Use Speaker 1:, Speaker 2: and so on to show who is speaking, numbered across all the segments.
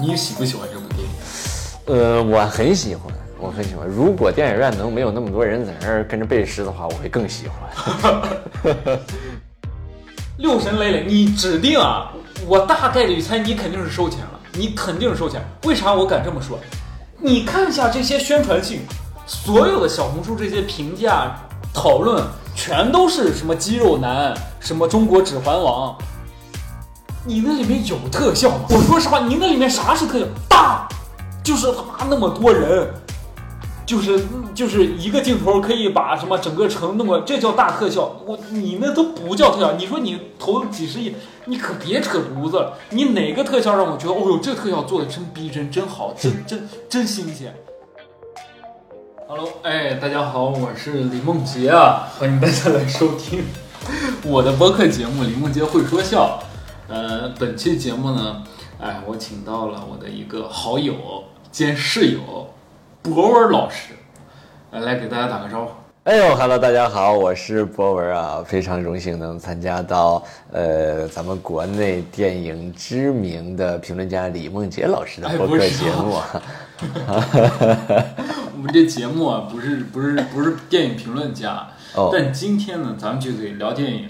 Speaker 1: 你喜不喜欢这部电影？
Speaker 2: 呃，我很喜欢，我很喜欢。如果电影院能没有那么多人在那儿跟着背诗的话，我会更喜欢。
Speaker 1: 六神磊磊，你指定啊，我大概率猜你肯定是收钱了，你肯定是收钱。为啥我敢这么说？你看一下这些宣传信，所有的小红书这些评价讨论，全都是什么肌肉男，什么中国指环王。你那里面有特效吗？我说实话，你那里面啥是特效？大，就是他妈那么多人，就是就是一个镜头可以把什么整个城弄个，这叫大特效。我你那都不叫特效。你说你投几十亿，你可别扯犊子了。你哪个特效让我觉得，哦呦，这特效做的真逼真，真好，真真真新鲜。Hello，哎，大家好，我是李梦洁啊，欢迎大家来收听 我的播客节目《李梦洁会说笑》。呃，本期节目呢，哎，我请到了我的一个好友兼室友博文老师，呃来给大家打个招呼。
Speaker 2: 哎呦哈喽，大家好，我是博文啊，非常荣幸能参加到呃咱们国内电影知名的评论家李梦洁老师的
Speaker 1: 哎
Speaker 2: 播
Speaker 1: 不
Speaker 2: 客
Speaker 1: 是
Speaker 2: 节目啊。
Speaker 1: 我们这节目啊，不是不是不是电影评论家，
Speaker 2: 哦
Speaker 1: 但今天呢，咱们就得聊电影，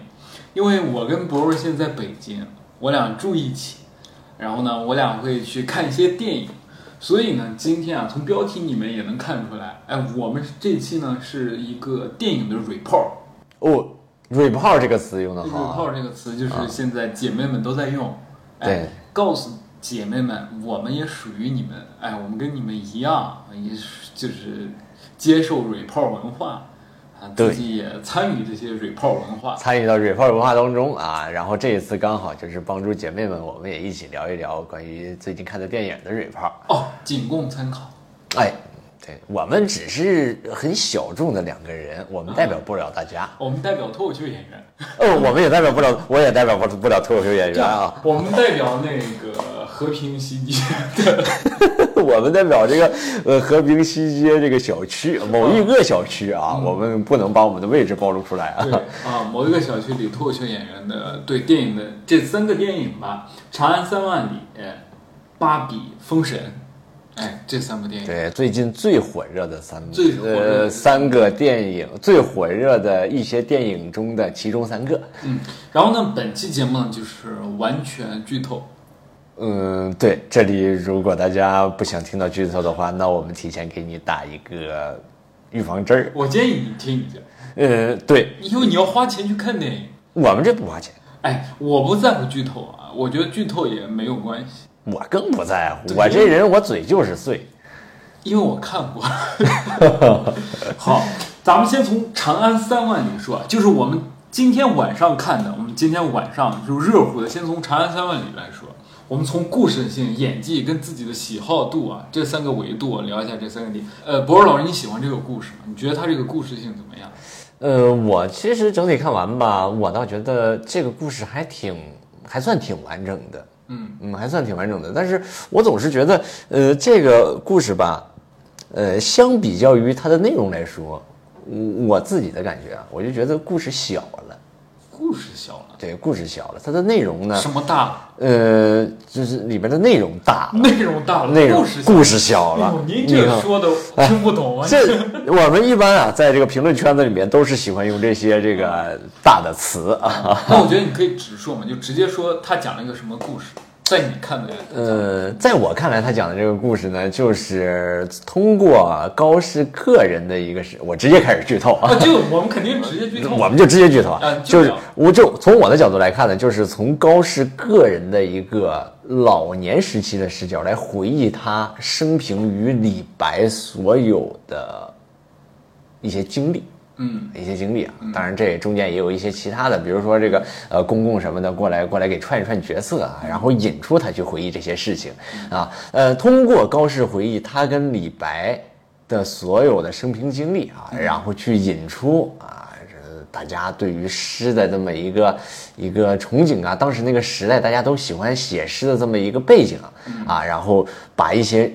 Speaker 1: 因为我跟博文现在在北京，我俩住一起，然后呢，我俩会去看一些电影，所以呢，今天啊，从标题里面也能看出来，哎，我们这期呢是一个电影的 report。
Speaker 2: 哦，report 这个词用的
Speaker 1: 就是
Speaker 2: 好啊，
Speaker 1: “report” 这个词，就是现在姐妹们都在用。哎
Speaker 2: 对，
Speaker 1: 告诉姐妹们，我们也属于你们。哎，我们跟你们一样，也是就是接受 report 文化啊，
Speaker 2: 对
Speaker 1: 自己也参与这些 report 文化。
Speaker 2: 参与到 report 文化当中啊。然后这一次刚好就是帮助姐妹们，我们也一起聊一聊关于最近看的电影的 report。
Speaker 1: 哦，仅供参考。
Speaker 2: 哎，对我们只是很小众的两个人，我们代表不了大家。
Speaker 1: 我们代表脱口秀演员，
Speaker 2: 哦，我们也代表不了，我也代表不不了脱口秀演员啊，
Speaker 1: 我们代表那个和平西街的，
Speaker 2: 我们代表这个呃和平西街这个小区某一个小区啊，我们不能把我们的位置暴露出来啊
Speaker 1: 对。啊，某一个小区里脱口秀演员的对电影的这三个电影吧，《长安三万里》、《芭比》、《封神》，哎，这三部电影。
Speaker 2: 对，最近最火热的三
Speaker 1: 最火热的
Speaker 2: 呃三个电影，最火热的一些电影中的其中三个，
Speaker 1: 嗯，然后呢，本期节目呢就是完全剧透，
Speaker 2: 嗯，对，这里如果大家不想听到剧透的话，那我们提前给你打一个预防针儿。
Speaker 1: 我建议你听一下，
Speaker 2: 呃，对
Speaker 1: 因为你要花钱去看电影。
Speaker 2: 我们这不花钱，
Speaker 1: 哎，我不在乎剧透啊，我觉得剧透也没有关系，
Speaker 2: 我更不在乎。
Speaker 1: 对
Speaker 2: 我这人我嘴就是碎。
Speaker 1: 因为我看过。 好，咱们先从《长安三万里》说，啊就是我们今天晚上看的，我们今天晚上就热乎的，先从《长安三万里》来说。我们从故事性、演技跟自己的喜好度啊这三个维度聊一下这三个点。呃，博尔老师，你喜欢这个故事吗？你觉得它这个故事性怎么样？
Speaker 2: 呃，我其实整体看完吧，我倒觉得这个故事还挺，还算挺完整的。
Speaker 1: 嗯，
Speaker 2: 嗯，还算挺完整的。但是我总是觉得，呃，这个故事吧，呃，相比较于它的内容来说，我我自己的感觉啊，我就觉得故事小了。
Speaker 1: 故事小了，
Speaker 2: 对，故事小了，它的内容呢，
Speaker 1: 什么大了？
Speaker 2: 呃，就是里边的内容大了，
Speaker 1: 内容大了，
Speaker 2: 内
Speaker 1: 故
Speaker 2: 容
Speaker 1: 事小了。
Speaker 2: 故事小了
Speaker 1: 哎呦。您
Speaker 2: 你
Speaker 1: 这
Speaker 2: 看
Speaker 1: 说的听不懂 啊！
Speaker 2: 这我们一般啊，在这个评论圈子里面都是喜欢用这些这个大的词啊。
Speaker 1: 那我觉得你可以直说嘛，就直接说他讲了一个什么故事，在你看的
Speaker 2: 呃，在我看来，他讲的这个故事呢，就是通过高士客人的一个是，我直接开始剧透啊
Speaker 1: 啊，，这个我们肯定直接剧透。
Speaker 2: 我们就直接剧透啊
Speaker 1: 嗯，
Speaker 2: 就
Speaker 1: 就是这样
Speaker 2: 我就从我的角度来看呢，就是从高士个人的一个老年时期的视角来回忆他生平与李白所有的一些经历。
Speaker 1: 嗯，
Speaker 2: 一些经历啊。当然，这中间也有一些其他的，比如说这个呃公公什么的过来过来给串一串角色啊，
Speaker 1: 嗯
Speaker 2: 然后引出他去回忆这些事情啊。呃，通过高适回忆他跟李白的所有的生平经历
Speaker 1: 嗯
Speaker 2: 啊，然后去引出啊。这大家对于诗的这么一个一个憧憬啊，当时那个时代大家都喜欢写诗的这么一个背景啊，啊，然后把一些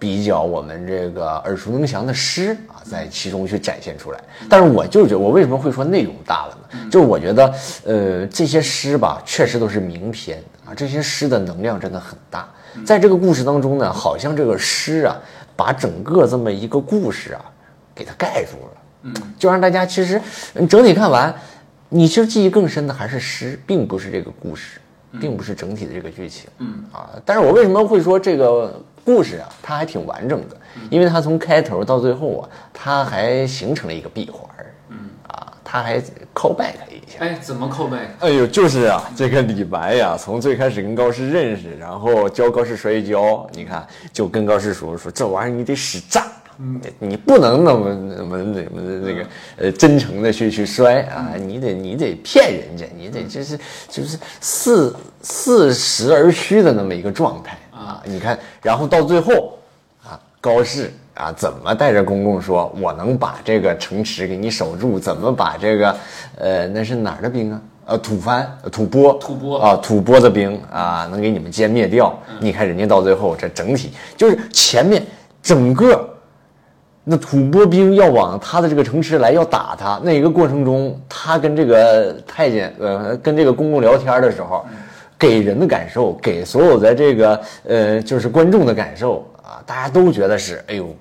Speaker 2: 比较我们这个耳熟能详的诗啊，在其中去展现出来。但是我就是觉得，我为什么会说内容大了呢？就是我觉得，呃，这些诗吧，确实都是名篇啊，这些诗的能量真的很大。在这个故事当中呢，好像这个诗啊，把整个这么一个故事啊，给它盖住了。
Speaker 1: 嗯，
Speaker 2: 就让大家其实嗯整体看完，你其实记忆更深的还是诗，并不是这个故事，并不是整体的这个剧情。
Speaker 1: 嗯
Speaker 2: 啊，但是我为什么会说这个故事啊，它还挺完整的，因为它从开头到最后啊，它还形成了一个闭环儿。嗯啊，它还 call back 了一下。
Speaker 1: 哎，怎么 call back？
Speaker 2: 哎呦，就是啊，这个李白呀、从最开始跟高适认识，然后教高适摔跤，你看就跟高适说说这玩意儿你得使诈，你你不能那么那么那么那个呃真诚的去去摔啊，你得你得骗人家，你得就是就是似似实而虚的那么一个状态啊，你看，然后到最后啊，高适啊，怎么带着公公说，我能把这个城池给你守住？怎么把这个，呃，那是哪儿的兵啊？呃，吐蕃、呃吐蕃、
Speaker 1: 吐蕃
Speaker 2: 啊，吐蕃的兵啊，能给你们歼灭掉。你看人家到最后，这整体就是前面整个那吐蕃兵要往他的这个城池来，要打他。那一个过程中，他跟这个太监，呃，跟这个公公聊天的时候，给人的感受，给所有的这个呃，就是观众的感受啊，大家都觉得是，哎呦，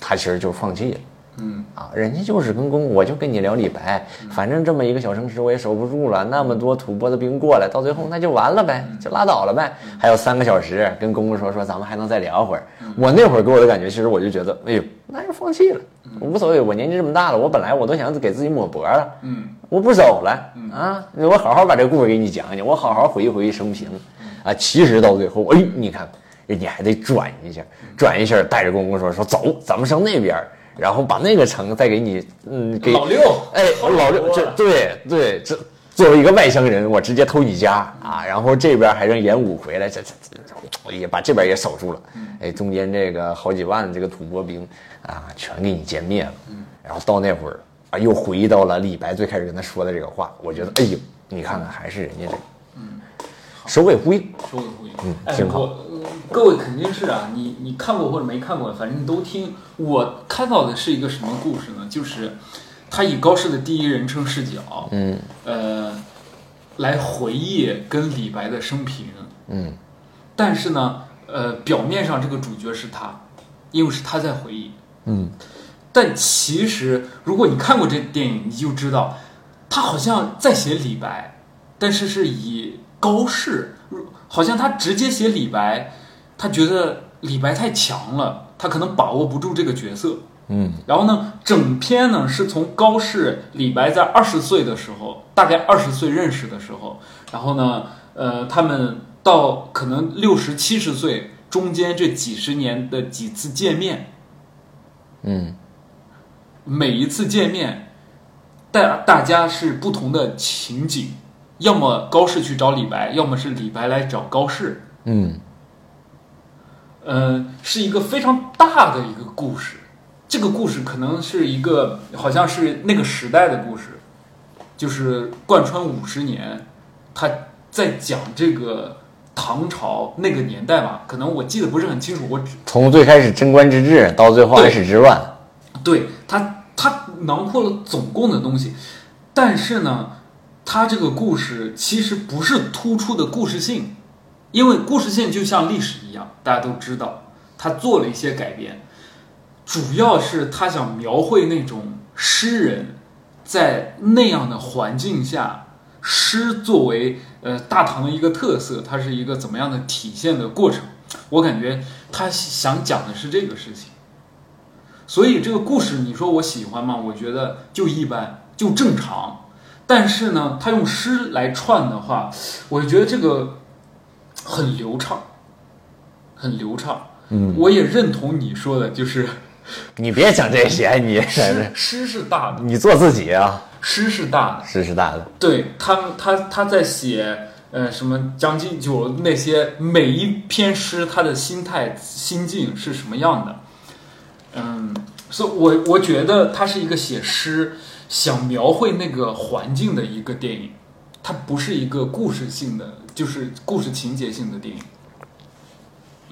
Speaker 2: 他其实就是放弃了。
Speaker 1: 嗯
Speaker 2: 啊，人家就是跟公，我就跟你聊李白，反正这么一个小城池我也守不住了，那么多吐蕃的兵过来，到最后那就完了
Speaker 1: 嗯
Speaker 2: 呗，就拉倒了呗。还有三个小时，跟公公说说咱们还能再聊会儿。
Speaker 1: 嗯
Speaker 2: 我那会儿给我的感觉，其实我就觉得，哎呦，那就放弃了，
Speaker 1: 嗯
Speaker 2: 无所谓，我年纪这么大了，我本来我都想给自己抹脖了。
Speaker 1: 嗯
Speaker 2: 我不走了啊！我好好把这故事给你讲讲，我好好回忆回忆生平
Speaker 1: 嗯
Speaker 2: 啊。其实到最后，哎，你看，人家还得转一下，转一下，带着公公说说走，咱们上那边儿，然后把那个城再给你，嗯，给
Speaker 1: 老六啊
Speaker 2: 哎，
Speaker 1: 好
Speaker 2: 我老
Speaker 1: 多
Speaker 2: 六这
Speaker 1: 了
Speaker 2: 对对这。作为一个外乡人，我直接偷你家啊，然后这边还让演武回来，这这这也把这边也守住了。
Speaker 1: 嗯
Speaker 2: 哎，中间这个好几万这个吐蕃兵啊，全给你歼灭了。
Speaker 1: 嗯
Speaker 2: 然后到那会儿啊，又回忆到了李白最开始跟他说的这个话，我觉得，哎呦，你看看还是人家这个，
Speaker 1: 嗯
Speaker 2: 首尾呼应。
Speaker 1: 收个呼应。
Speaker 2: 嗯
Speaker 1: 哎，
Speaker 2: 挺好
Speaker 1: 我呃各位肯定是啊，你你看过或者没看过，反正你都听。我看到的是一个什么故事呢？就是他以高适的第一人称视角，
Speaker 2: 嗯
Speaker 1: 呃，来回忆跟李白的生平。
Speaker 2: 嗯
Speaker 1: 但是呢，呃，表面上这个主角是他，因为是他在回忆。
Speaker 2: 嗯，
Speaker 1: 但其实，如果你看过这电影，你就知道，他好像在写李白，但是是以高适，如好像他直接写李白，他觉得李白太强了，他可能把握不住这个角色。
Speaker 2: 嗯
Speaker 1: 然后呢，整篇呢是从高适、李白在二十岁的时候，大概二十岁认识的时候，然后呢，呃，他们到可能六十七十岁中间这几十年的几次见面，
Speaker 2: 嗯
Speaker 1: 每一次见面，大大家是不同的情景，要么高适去找李白，要么是李白来找高适，
Speaker 2: 嗯
Speaker 1: 嗯，是一个非常大的一个故事。这个故事可能是一个，好像是那个时代的故事，就是贯穿五十年。他在讲这个唐朝那个年代吧，可能我记得不是很清楚。我只
Speaker 2: 从最开始贞观之治到最后安史之乱，
Speaker 1: 对他，他囊括了总共的东西，但是呢，他这个故事其实不是突出的故事性，因为故事性就像历史一样，大家都知道，他做了一些改编，主要是他想描绘那种诗人在那样的环境下，诗作为呃大唐的一个特色，它是一个怎么样的体现的过程。我感觉他想讲的是这个事情。所以这个故事，你说我喜欢吗？我觉得就一般，就正常。但是呢，他用诗来串的话，我觉得这个很流畅，很流畅。
Speaker 2: 嗯，
Speaker 1: 我也认同你说的，就是
Speaker 2: 你别讲这 些，你
Speaker 1: 诗诗是啊大的，
Speaker 2: 你做自己啊，
Speaker 1: 诗是大的。
Speaker 2: 是是大的。
Speaker 1: 对他，他他在写呃什么《将进酒》那些每一篇诗，他的心态心境是什么样的？嗯，所以我我觉得他是一个写诗想描绘那个环境的一个电影，它不是一个故事性的，就是故事情节性的电影。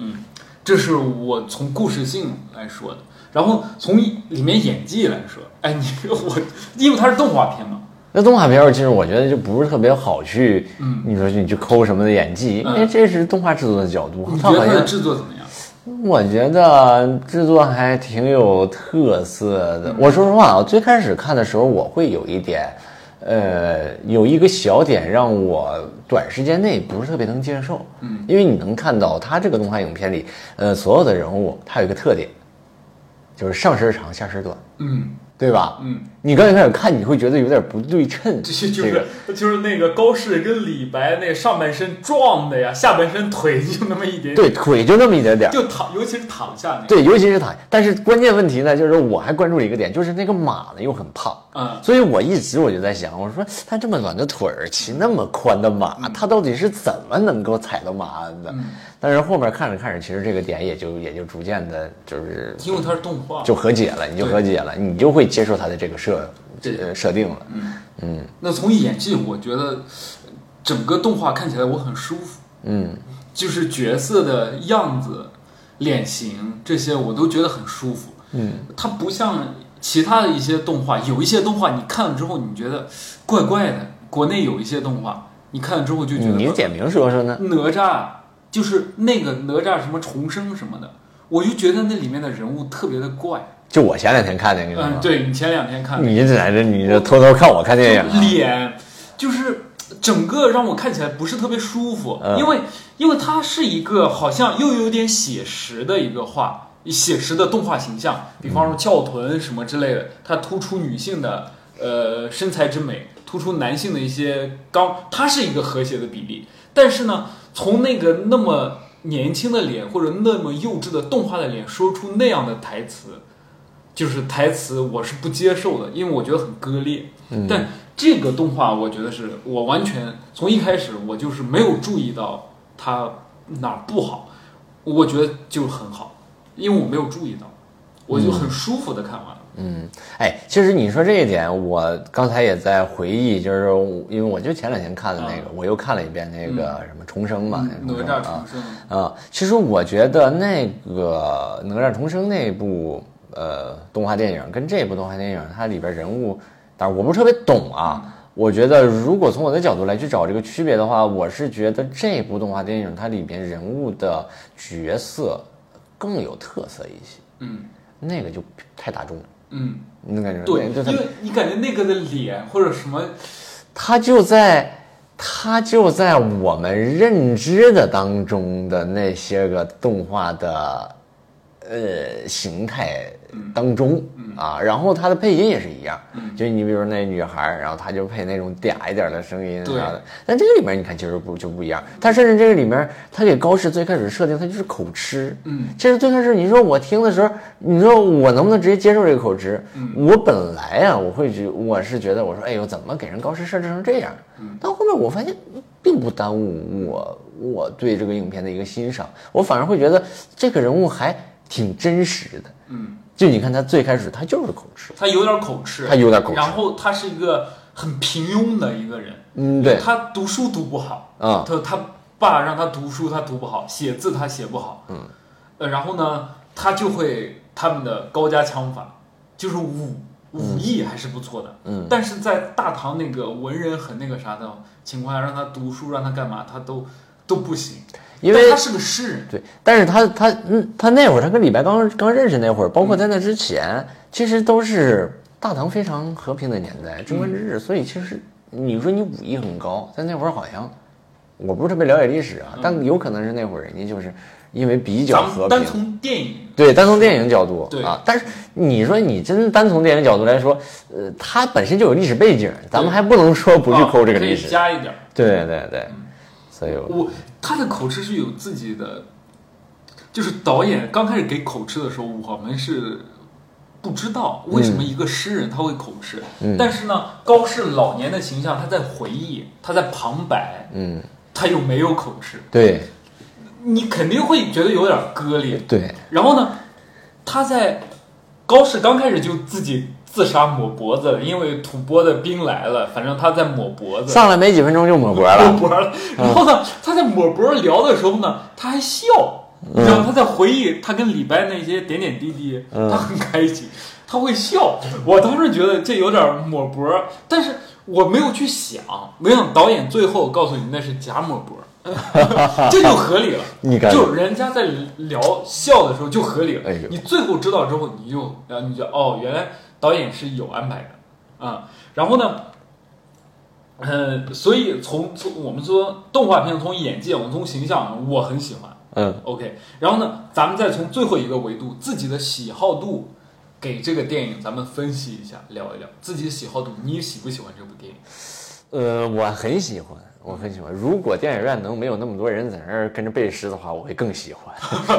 Speaker 1: 嗯，这是我从故事性来说的。然后从里面演技来说，哎，你我因为它是动画片嘛，
Speaker 2: 那动画片儿其实我觉得就不是特别好去，你说你去抠什么的演技，因为这是动画制作的角度，
Speaker 1: 你
Speaker 2: 它
Speaker 1: 觉得
Speaker 2: 好
Speaker 1: 它的
Speaker 2: 像
Speaker 1: 制作怎么样？
Speaker 2: 我觉得制作还挺有特色
Speaker 1: 嗯
Speaker 2: 的。我说实话啊，最开始看的时候，我会有一点，呃，有一个小点让我短时间内不是特别能接受。嗯，因为你能看到他这个动画影片里，呃，所有的人物他有一个特点，就是上身长，下身短，
Speaker 1: 嗯
Speaker 2: 对吧？
Speaker 1: 嗯，
Speaker 2: 你刚开始看，你会觉得有点不对称，
Speaker 1: 这 些就
Speaker 2: 这个
Speaker 1: 是就是那个高适跟李白那上半身壮的呀，下半身腿就那么一点，，
Speaker 2: 对腿就那么一点点儿。
Speaker 1: 就躺，尤其是躺下那个，
Speaker 2: 对，尤其是躺，但是关键问题呢，就是我还关注了一个点，就是那个马呢又很胖，
Speaker 1: 嗯，
Speaker 2: 所以我一直我就在想，我说他这么短的腿儿骑那么宽的马，他到底是怎么能够踩到马鞍的？但是后面看着看着，其实这个点也就也就逐渐的，就是
Speaker 1: 因为它是动画，
Speaker 2: 就和解了，你就
Speaker 1: 对
Speaker 2: 和解了，你就会接受他的这个设
Speaker 1: 对
Speaker 2: 呃设定了。
Speaker 1: 那从演技，我觉得整个动画看起来我很舒服，
Speaker 2: 嗯，
Speaker 1: 就是角色的样子、脸型这些我都觉得很舒服。
Speaker 2: 嗯，
Speaker 1: 它不像其他的一些动画，有一些动画你看了之后你觉得怪怪的，国内有一些动画嗯你看了之后就觉得
Speaker 2: 你
Speaker 1: 怪
Speaker 2: 点名说说呢？
Speaker 1: 哪吒就是那个哪吒什么重生什么的，我就觉得那里面的人物特别的怪。
Speaker 2: 就我前两天看那个
Speaker 1: 嗯，
Speaker 2: 吗？
Speaker 1: 对你前两天看的
Speaker 2: 你这来着，你这偷偷看我看电影
Speaker 1: 就
Speaker 2: 啊？
Speaker 1: 脸就是整个让我看起来不是特别舒服，
Speaker 2: 嗯
Speaker 1: 因为因为它是一个好像又有点写实的一个画，写实的动画形象，比方说翘臀什么之类的，它突出女性的呃身材之美，突出男性的一些刚，它是一个和谐的比例，但是呢，从那个那么。年轻的脸或者那么幼稚的动画的脸，说出那样的台词，就是台词我是不接受的，因为我觉得很割裂。
Speaker 2: 嗯
Speaker 1: 但这个动画，我觉得是我完全从一开始我就是没有注意到它哪儿不好，我觉得就很好，因为我没有注意到，我就很舒服的看完了。
Speaker 2: 嗯，哎，其实你说这一点，我刚才也在回忆，就是我因为我就前两天看的那个，我又看了一遍那个什么重生嘛，那
Speaker 1: 嗯哪
Speaker 2: 嗯个重
Speaker 1: 吒
Speaker 2: 生啊
Speaker 1: 重生，
Speaker 2: 啊，其实我觉得那个哪吒重生那部呃动画电影跟这部动画电影，它里边人物，当然我不是特别懂啊。我觉得，如果从我的角度来去找这个区别的话，我是觉得这部动画电影它里边人物的角色更有特色一些，
Speaker 1: 嗯
Speaker 2: 那个就太大众了，
Speaker 1: 嗯，
Speaker 2: 你能感觉
Speaker 1: 对，
Speaker 2: 那个就太
Speaker 1: 因为你感觉那个的脸或者什么，
Speaker 2: 它就在它就在我们认知的当中的那些个动画的呃形态当中
Speaker 1: 嗯
Speaker 2: 啊，然后它的配音也是一样，就你比如那女孩儿，然后她就配那种嗲一点儿的声音啥
Speaker 1: 对
Speaker 2: 的，但这个里面你看其实不就不一样，它甚至这个里面它给高适最开始设定它就是口吃，
Speaker 1: 嗯，
Speaker 2: 这是最开始你说我听的时候，你说我能不能直接接受这个口吃？
Speaker 1: 嗯
Speaker 2: 我本来啊，我会觉我是觉得我说，哎呦，怎么给人高师设置成这样？到后面我发现并不耽误我我对这个影片的一个欣赏，我反而会觉得这个人物还挺真实的。
Speaker 1: 嗯，
Speaker 2: 就你看他最开始他就是口吃，
Speaker 1: 他有点口吃，
Speaker 2: 他有点口吃
Speaker 1: 然后他是一个很平庸的一个人，
Speaker 2: 嗯，对，
Speaker 1: 他读书读不好，
Speaker 2: 啊、
Speaker 1: 他他爸让他读书，他读不好，写字他写不好，嗯，呃，然后呢，他就会他们的高家枪法，就是武武艺还是不错的，
Speaker 2: 嗯，
Speaker 1: 但是在大唐那个文人很那个啥的情况下，让他读书，让他干嘛，他都都不行，
Speaker 2: 因为
Speaker 1: 但他是个诗人，
Speaker 2: 对，但是他他嗯，他那会儿他跟李白刚刚认识那会儿，包括在那之前，
Speaker 1: 嗯
Speaker 2: 其实都是大唐非常和平的年代，中观之
Speaker 1: 嗯
Speaker 2: 治，所以其实你说你武艺很高，在那会儿好像我不是特别了解历史啊，但有可能是那会儿人家就是因为比较
Speaker 1: 嗯咱
Speaker 2: 和
Speaker 1: 们单
Speaker 2: 平，
Speaker 1: 从电影，
Speaker 2: 对，单从电影角度
Speaker 1: 对
Speaker 2: 啊，但是你说你真单从电影角度来说，呃，它本身就有历史背景，咱们还不能说不去抠这
Speaker 1: 啊
Speaker 2: 个
Speaker 1: 可以
Speaker 2: 历史，
Speaker 1: 加一嗯点儿，
Speaker 2: 对对对，所以我
Speaker 1: 我他的口吃是有自己的，就是导演刚开始给口吃的时候，我们是不知道为什么一个诗人他会口吃，但是呢，高适老年的形象他在回忆，他在旁白，
Speaker 2: 嗯，
Speaker 1: 他又没有口吃，
Speaker 2: 对
Speaker 1: 你肯定会觉得有点割裂。
Speaker 2: 对，
Speaker 1: 然后呢，他在高适刚开始就自己自杀抹脖子了，因为吐蕃的兵来了，反正他在抹脖子。
Speaker 2: 上来没几分钟就抹脖 了
Speaker 1: 抹。脖了。然后呢，他在抹脖聊的时候呢，他还笑，你知道他在回忆他跟李白那些点点滴滴，他很开心，他会笑。我当时觉得这有点抹脖，但是我没有去想，没想导演最后告诉你那是假抹脖， 这就合理了。
Speaker 2: 你看
Speaker 1: 就人家在聊笑的时候就合理了。
Speaker 2: 哎呦
Speaker 1: 你最后知道之后，你就然后你就哦，原来导演是有安排的啊、然后呢，呃，所以从从我们说动画片从眼界，我们从形象，我很喜欢。
Speaker 2: 嗯
Speaker 1: OK，然后呢，咱们再从最后一个维度，自己的喜好度，给这个电影咱们分析一下，聊一聊自己的喜好度，你喜不喜欢这部电影？
Speaker 2: 呃，我很喜欢，我很喜欢。如果电影院能没有那么多人在那儿跟着背诗的话，我会更 喜欢。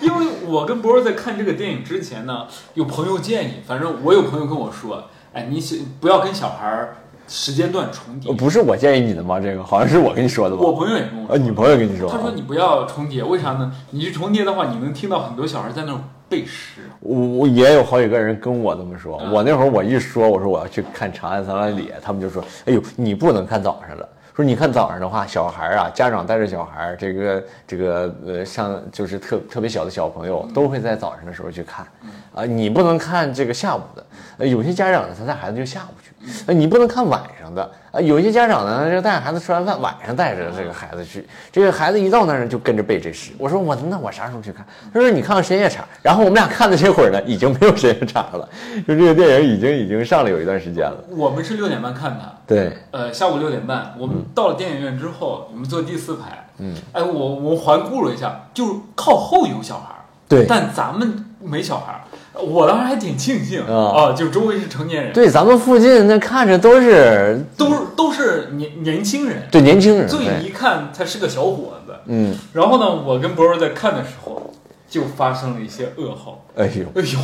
Speaker 1: 因为我跟博儿在看这个电影之前呢，有朋友建议，反正我有朋友跟我说，哎，你喜不要跟小孩儿时间段重叠。
Speaker 2: 不是我建议你的吗？这个好像是我跟你说的吧？
Speaker 1: 我朋友也跟我
Speaker 2: 呃，
Speaker 1: 说，
Speaker 2: 女朋友跟你说啊，
Speaker 1: 他说你不要重叠，为啥呢？你去重叠的话，你能听到很多小孩在那儿背诗。
Speaker 2: 我我也有好几个人跟我这么说，
Speaker 1: 嗯
Speaker 2: 我那会儿我一说我说我要去看《长安三万里》，他们就说：“哎呦，你不能看早上了。”说你看早上的话，小孩儿啊，家长带着小孩儿，这个这个呃，像就是特特别小的小朋友，都会在早上的时候去看，啊，你不能看这个下午的，呃有些家长呢，他带孩子就下午去，呃你不能看晚上的，啊，有些家长呢，就带着孩子吃完饭，晚上带着这个孩子去，这个孩子一到那儿呢，就跟着背这诗。我说我那我啥时候去看？他说你看看深夜场，然后我们俩看的这会儿呢，已经没有深夜场了，就这个电影已经已经上了有一段时间了。
Speaker 1: 我们是六点半看的，
Speaker 2: 对，
Speaker 1: 呃，下午六点半，我们到了电影院之后，我们坐第四排。嗯，哎，我我环顾了一下，就是靠后有小孩儿，
Speaker 2: 对
Speaker 1: 但咱们没小孩儿。我当时还挺庆幸啊、
Speaker 2: 啊
Speaker 1: 就周围是成年人，
Speaker 2: 对，咱们附近那看着都是
Speaker 1: 都是都是年年轻人，
Speaker 2: 对年轻人，
Speaker 1: 所以
Speaker 2: 嗯对，
Speaker 1: 一看他是个小伙子。
Speaker 2: 嗯，
Speaker 1: 然后呢，我跟博儿在看的时候，就发生了一些噩耗。
Speaker 2: 哎呦，
Speaker 1: 哎呦，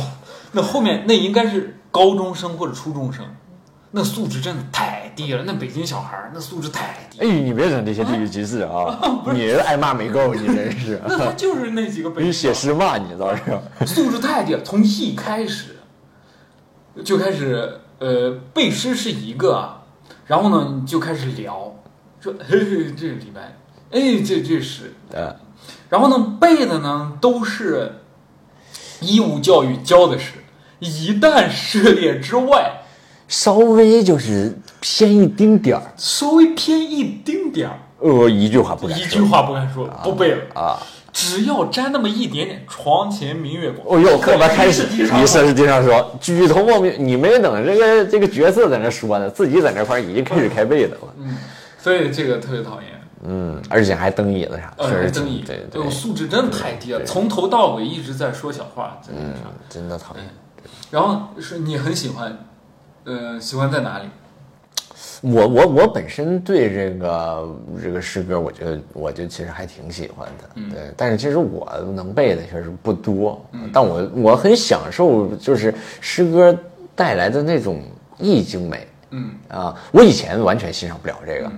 Speaker 1: 那后面那应该是高中生或者初中生，那素质真的太低了。那北京小孩儿那素质太低了
Speaker 2: 哎，你别整这些地域歧视啊，你这挨骂没够，你真是，
Speaker 1: 那他就是那几个北
Speaker 2: 你
Speaker 1: 京
Speaker 2: 写
Speaker 1: 小
Speaker 2: 诗骂你倒是，
Speaker 1: 孩，素质太低了。从一开始就开始，呃，背诗是一个啊，然后呢你就开始聊，说嘿嘿，这是李白，哎，这这是，
Speaker 2: 呃，
Speaker 1: 啊然后呢背的呢都是义务教育教的诗，一旦涉猎之外，
Speaker 2: 稍微就是偏一丁点儿。
Speaker 1: 稍微偏一丁点儿，
Speaker 2: 呃，一句话不敢
Speaker 1: 一句
Speaker 2: 说
Speaker 1: 话不敢说，不背了。
Speaker 2: 啊！
Speaker 1: 只要沾那么一点点“床前明月光”，
Speaker 2: 哦呦，课本开始，
Speaker 1: 一
Speaker 2: 一设是地上说，举头望明，你没等这个这个角色在那说呢，自己在那块儿已经开始开背的了，
Speaker 1: 嗯，所以这个特别讨厌。
Speaker 2: 嗯，而且还蹬椅子啥，
Speaker 1: 呃，
Speaker 2: 确实
Speaker 1: 争
Speaker 2: 挺
Speaker 1: 议，
Speaker 2: 对
Speaker 1: 我
Speaker 2: 对，
Speaker 1: 素质真的太低了，从头到尾一直在说小话，真的是。
Speaker 2: 嗯，真的
Speaker 1: 哎
Speaker 2: 讨厌。
Speaker 1: 然后是你很喜欢，呃，喜欢在哪里？
Speaker 2: 我我我本身对这个这个诗歌，我觉得我就其实还挺喜欢
Speaker 1: 嗯
Speaker 2: 的，对。但是其实我能背的确实不多，但我我很享受就是诗歌带来的那种意境美，
Speaker 1: 嗯，
Speaker 2: 啊，我以前完全欣赏不了这个，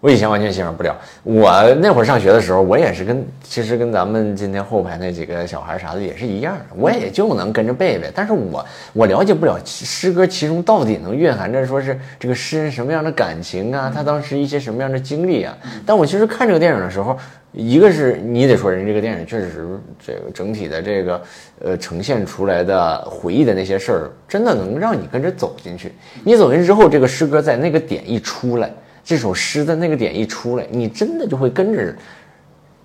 Speaker 2: 我以前完全欣赏不了。我那会儿上学的时候，我也是跟其实跟咱们今天后排那几个小孩啥的也是一样的，我也就能跟着背背。但是我我了解不了其诗歌其中到底能蕴含着说是这个诗人什么样的感情啊，他当时一些什么样的经历啊。但我其实看这个电影的时候。一个是你得说人这个电影确实这个整体的这个呃呈现出来的回忆的那些事儿，真的能让你跟着走进去。你走进去之后，这个诗歌在那个点一出来，这首诗的那个点一出来，你真的就会跟着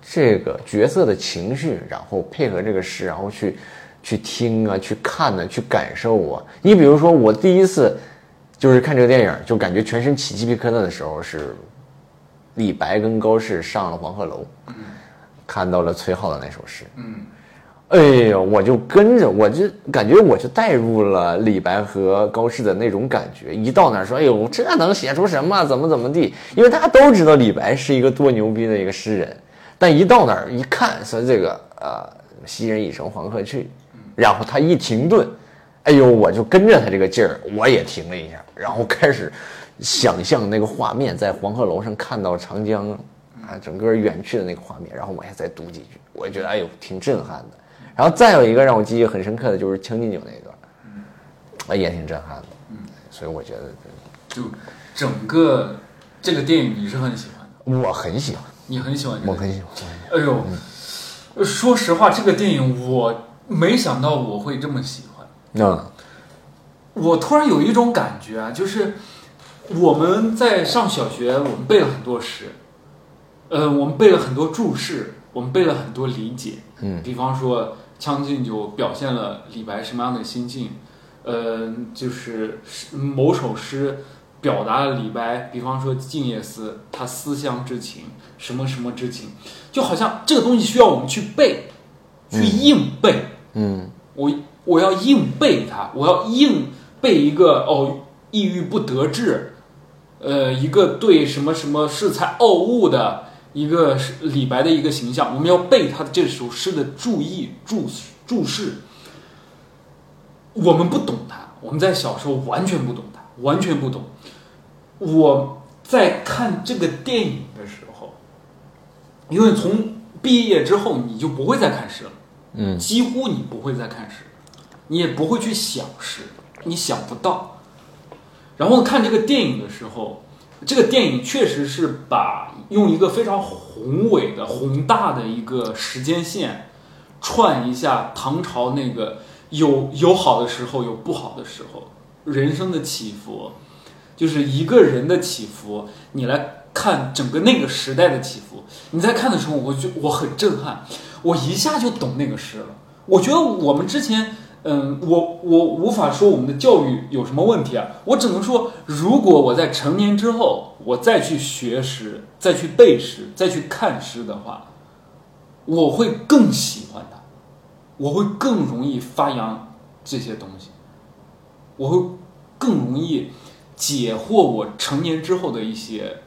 Speaker 2: 这个角色的情绪，然后配合这个诗，然后去去听啊，去看啊，去感受啊。你比如说，我第一次就是看这个电影，就感觉全身起鸡皮疙瘩的时候是李白跟高适上了黄鹤楼，看到了崔颢的那首诗。
Speaker 1: 嗯，
Speaker 2: 哎呦，我就跟着，我就感觉我就带入了李白和高适的那种感觉。一到那儿说，哎呦，这能写出什么？怎么怎么地？因为大家都知道李白是一个多牛逼的一个诗人，但一到那儿一看，说这个呃，昔人已乘黄鹤去，然后他一停顿，哎呦，我就跟着他这个劲儿，我也停了一下，然后开始想象那个画面，在黄鹤楼上看到长江啊，整个远去的那个画面，然后往下再读几句，我觉得哎呦，挺震撼的。然后再有一个让我记忆很深刻的就是《将进酒》那一段，
Speaker 1: 嗯
Speaker 2: 啊，也挺震撼的。所以我觉得
Speaker 1: 就整个这个电影你是很喜欢的，
Speaker 2: 我很喜欢，
Speaker 1: 你很喜欢这
Speaker 2: 我嗯
Speaker 1: 个电
Speaker 2: 很喜欢。
Speaker 1: 影。哎呦，呃说实话，这个电影我没想到我会这么喜欢。
Speaker 2: 嗯，
Speaker 1: 我突然有一种感觉啊，就是我们在上小学，我们背了很多诗，呃，我们背了很多注释，我们背了很多理解。
Speaker 2: 嗯，
Speaker 1: 比方说《将进酒》表现了李白什么样的心境，呃，就是诗某首诗表达了李白，比方说《静夜思》，他思乡之情，什么什么之情，就好像这个东西需要我们去背，去硬背。
Speaker 2: 嗯
Speaker 1: 我我要硬背它，我要硬背一个哦，抑郁不得志，呃，一个对什么什么恃才傲物的一个是李白的一个形象，我们要背他的这首诗的注意注注释。我们不懂它，我们在小时候完全不懂它，完全不懂。我在看这个电影的时候，因为从毕业之后你就不会再看诗了。
Speaker 2: 嗯
Speaker 1: 几乎你不会再看诗，你也不会去想诗，你想不到。然后看这个电影的时候，这个电影确实是把用一个非常宏伟的、宏大的一个时间线串一下唐朝那个有有好的时候，有不好的时候，人生的起伏，就是一个人的起伏，你来看整个那个时代的起伏。你在看的时候，我就我很震撼，我一下就懂那个诗了。我觉得我们之前，嗯，我我无法说我们的教育有什么问题啊，我只能说，如果我在成年之后，我再去学诗，再去背诗，再去看诗的话，我会更喜欢它，我会更容易发扬这些东西，我会更容易解惑我成年之后的一些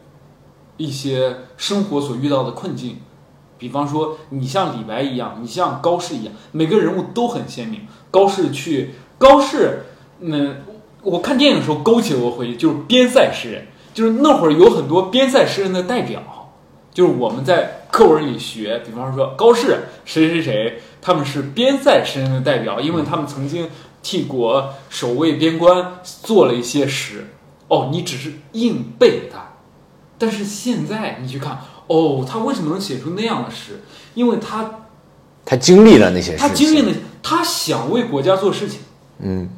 Speaker 1: 一些生活所遇到的困境。比方说，你像李白一样，你像高适一样，每个人物都很鲜明。高适去，高适，嗯，我看电影的时候勾起了我回忆，就是边塞诗人，就是那会儿有很多边塞诗人的代表，就是我们在课文里学，比方说高适，谁谁谁，他们是边塞诗人的代表，因为他们曾经替国守卫边关做了一些诗。哦，你只是硬背它，但是现在你去看，哦，他为什么能写出那样的诗？因为他
Speaker 2: 他经历了那些事情，
Speaker 1: 他经历了，他想为国家做事情，
Speaker 2: 嗯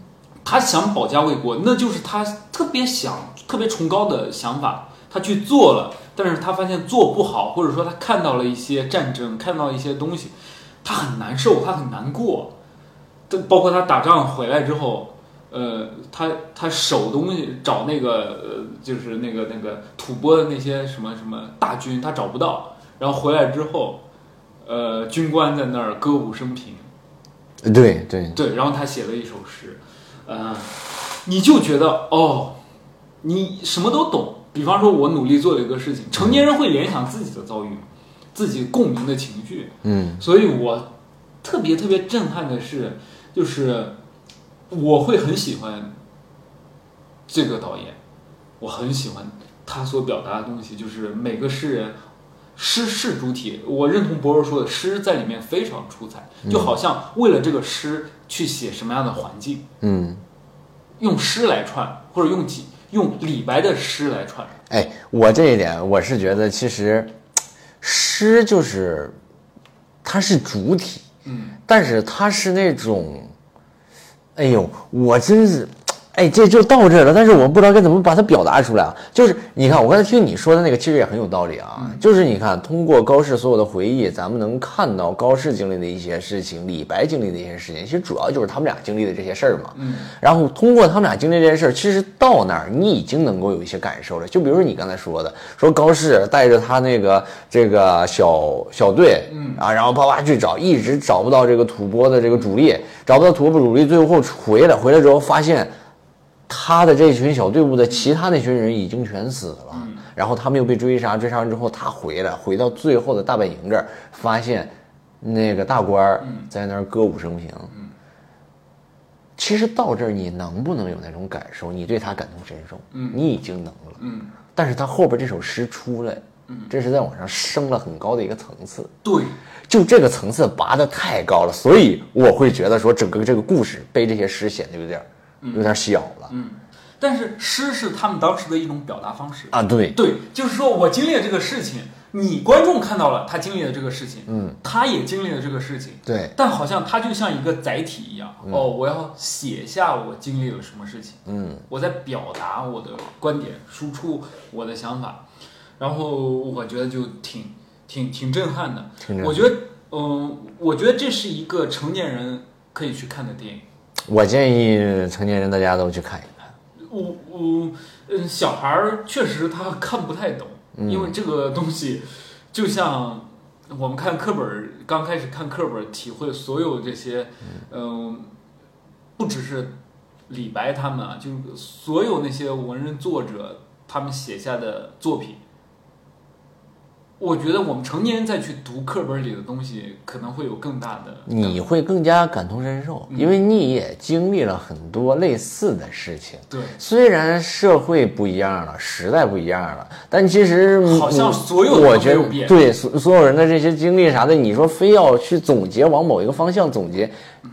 Speaker 1: 他想保家卫国，那就是他特别想、特别崇高的想法，他去做了，但是他发现做不好，或者说他看到了一些战争，看到一些东西，他很难受，他很难过。这包括他打仗回来之后，呃，他他守东西找那个呃，就是那个那个吐蕃的那些什么什么大军，他找不到，然后回来之后，呃，军官在那儿歌舞升平，
Speaker 2: 对对，
Speaker 1: 对，然后他写了一首诗，呃，你就觉得哦，你什么都懂。比方说，我努力做了一个事情，成年人会联想自己的遭遇，自己共鸣的情绪。
Speaker 2: 嗯
Speaker 1: 所以我特别特别震撼的是，就是我会很喜欢这个导演，我很喜欢他所表达的东西，就是每个诗人。诗是主体，我认同博若说的，诗在里面非常出彩，就好像为了这个诗去写什么样的环境，
Speaker 2: 嗯。
Speaker 1: 用诗来串，或者用几用李白的诗来串，
Speaker 2: 哎，我这一点我是觉得，其实诗就是它是主体，
Speaker 1: 嗯，
Speaker 2: 但是它是那种，哎呦，我真是，哎，这就到这儿了，但是我不知道该怎么把它表达出来啊。就是你看，我刚才听你说的那个，其实也很有道理啊。
Speaker 1: 嗯
Speaker 2: 就是你看，通过高适所有的回忆，咱们能看到高适经历的一些事情，李白经历的一些事情，其实主要就是他们俩经历的这些事儿嘛。
Speaker 1: 嗯，
Speaker 2: 然后通过他们俩经历这些事儿，其实到那儿你已经能够有一些感受了。就比如说你刚才说的，说高适带着他那个这个小小队，
Speaker 1: 嗯
Speaker 2: 啊，然后啪啪去找，一直找不到这个吐蕃的这个主力，找不到吐蕃主力，最后回来回来之后发现。他的这群小队伍的其他那群人已经全死了，然后他们又被追杀，追杀完之后他回来，回到最后的大本营这儿，发现那个大官儿在那儿歌舞升平。其实到这儿，你能不能有那种感受？你对他感同身受，你已经能了。
Speaker 1: 嗯，
Speaker 2: 但是他后边这首诗出来，这是在往上升了很高的一个层次。
Speaker 1: 对，
Speaker 2: 就这个层次拔得太高了，所以我会觉得说整个这个故事被这些诗显得有点儿有点儿小了、
Speaker 1: 嗯，但是诗是他们当时的一种表达方式，
Speaker 2: 啊。对，
Speaker 1: 对，就是说我经历了这个事情，你观众看到了他经历了这个事情，
Speaker 2: 嗯，
Speaker 1: 他也经历了这个事情，
Speaker 2: 对，
Speaker 1: 但好像他就像一个载体一样，哦，我要写下我经历了什么事情，
Speaker 2: 嗯
Speaker 1: 我在表达我的观点，输出我的想法，然后我觉得就挺挺挺震撼的。
Speaker 2: 听着
Speaker 1: 我觉得，嗯、我觉得这是一个成年人可以去看的电影。
Speaker 2: 我建议成年人大家都去看一看。
Speaker 1: 我我嗯，小孩儿确实他看不太懂，因为这个东西就像我们看课本儿，刚开始看课本儿，体会所有这些，嗯、不只是李白他们啊，就是所有那些文人作者他们写下的作品。我觉得我们成年人再去读课本儿里的东西，可能会有更大的
Speaker 2: 你会更加感同身受，
Speaker 1: 嗯
Speaker 2: 因为你也经历了很多类似的事情。
Speaker 1: 对，
Speaker 2: 虽然社会不一样了，时代不一样了，但其实
Speaker 1: 好像
Speaker 2: 嗯
Speaker 1: 所有人都
Speaker 2: 我觉
Speaker 1: 没
Speaker 2: 得
Speaker 1: 有变
Speaker 2: 对所所有人的这些经历啥的，你说非要去总结往某一个方向总结，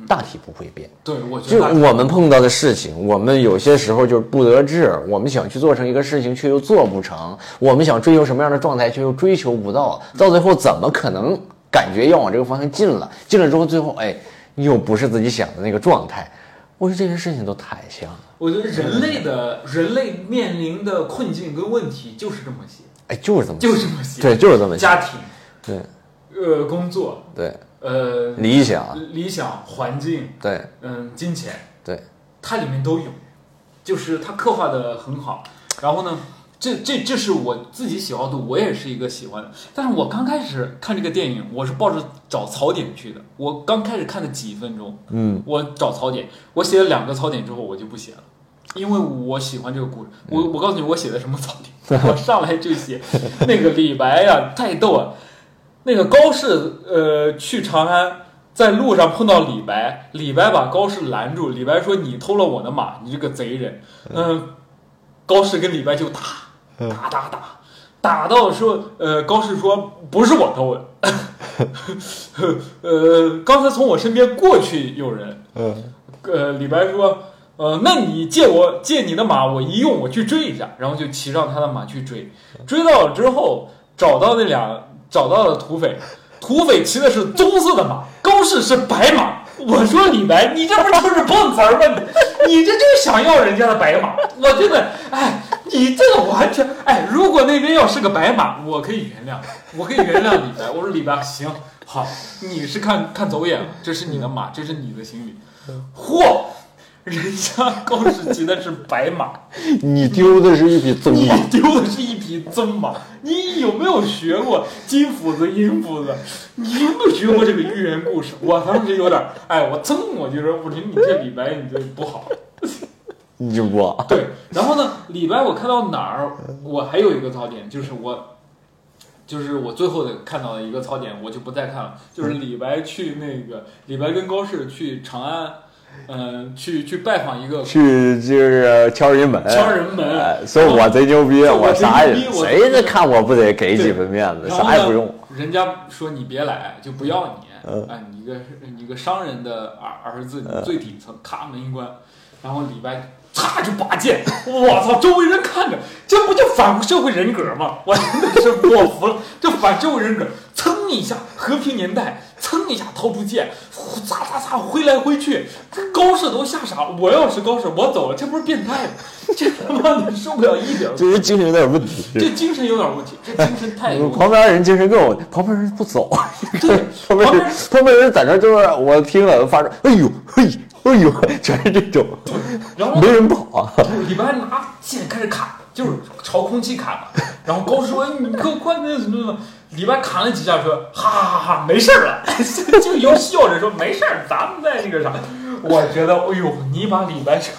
Speaker 2: 大体不会变。
Speaker 1: 对嗯我觉
Speaker 2: 就
Speaker 1: 得
Speaker 2: 我们碰到的事情，我们有些时候就是不得志，我们想去做成一个事情，却又做不成；我们想追求什么样的状态，却又追求不到，到最后怎么可能感觉要往这个方向进了？进了之后，最后哎，又不是自己想的那个状态。我说这些事情都太像了，
Speaker 1: 我觉得人类的人类面临的困境跟问题就是这么些，
Speaker 2: 哎，就是这么
Speaker 1: 就是这么些。
Speaker 2: 对，就是这么想，
Speaker 1: 家庭，
Speaker 2: 对
Speaker 1: 呃，工作，
Speaker 2: 对，
Speaker 1: 呃，
Speaker 2: 理想，
Speaker 1: 理想、环境，
Speaker 2: 对
Speaker 1: 嗯、金钱，
Speaker 2: 对，
Speaker 1: 它里面都有，就是它刻画的很好。然后呢，这这这是我自己喜好的，我也是一个喜欢的。但是我刚开始看这个电影，我是抱着找槽点去的。我刚开始看了几分钟，
Speaker 2: 嗯，
Speaker 1: 我找槽点，我写了两个槽点之后，我就不写了，因为我喜欢这个故事。我
Speaker 2: 嗯
Speaker 1: 我告诉你，我写的什么槽点，我上来就写那个李白呀、 啊太逗了。那个高适，呃，去长安，在路上碰到李白，李白把高适拦住，李白说：“你偷了我的马，你这个贼人。”嗯，高适跟李白就打，打打打，打到说，呃，高适说不是我偷的， 呃，刚才从我身边过去有人，
Speaker 2: 嗯，
Speaker 1: 呃，李白说，呃，那你借我借你的马，我一用，我去追一下，然后就骑上他的马去追，追到了之后，找到那俩，找到了土匪， 土匪骑的是棕色的马，高适是白马。我说李白，你这不就是碰瓷儿吗？你这就想要人家的白马，我觉得，哎，你这个完全，哎，如果那边要是个白马，我可以原谅，我可以原谅李白。我说李白，行，好，你是看看走眼了，这是你的马，这是你的行李。嚯，人家高士骑的是白马，
Speaker 2: 你丢的是一匹棕
Speaker 1: 你
Speaker 2: 马，
Speaker 1: 丢的是一匹棕马。你有没有学过金斧子、银斧子？你有没有学过这个寓言故事？我当时有点，哎，我噌，我就说，我说你这李白，你这不好。
Speaker 2: 你就不，
Speaker 1: 对，然后呢，李白我看到哪儿，我还有一个槽点，就是我，就是我最后的看到的一个槽点，我就不再看了，就是李白去那个李白跟高适去长安，嗯、去去拜访一个
Speaker 2: 去就是敲人门，
Speaker 1: 敲人门
Speaker 2: 哎所以我贼牛逼，
Speaker 1: 然后
Speaker 2: 我啥也
Speaker 1: 我贼牛逼我
Speaker 2: 谁这看我不得给几分面子，
Speaker 1: 然后
Speaker 2: 啥也不
Speaker 1: 呢，
Speaker 2: 用。
Speaker 1: 人家说你别来，就不要你。
Speaker 2: 嗯
Speaker 1: 哎，你一个你一个商人的儿儿子，你最底层，咔门一关，然后李白嚓就拔 剑，我操！周围人看着，这不就反社会人格吗？ 我真的是我服了，这反社会人格，噌一下，和平年代，噌一下掏出剑，呼嚓嚓嚓挥来挥去，高适都吓傻。我要是高适，我走了，这不是变态吗？ 这他妈的受不了一点 儿，
Speaker 2: 这人精神有点问题。
Speaker 1: 这精神有点问题，这精神 太有问题了。
Speaker 2: 旁边人精神更有，旁边人不走，
Speaker 1: 对，
Speaker 2: 旁边人旁边人在那就是我听了发出，哎呦嘿哎呦， 全是这种，
Speaker 1: 然后
Speaker 2: 没人跑啊。
Speaker 1: 李白拿剑开始砍，就是朝空气砍嘛。然后高适说：“哎你给我快点怎么怎么？”李白砍了几下说：“哈哈哈哈，没事儿了。” 就又笑着说：“没事儿，咱们再那个啥。”我觉得，哎呦，你把李白整，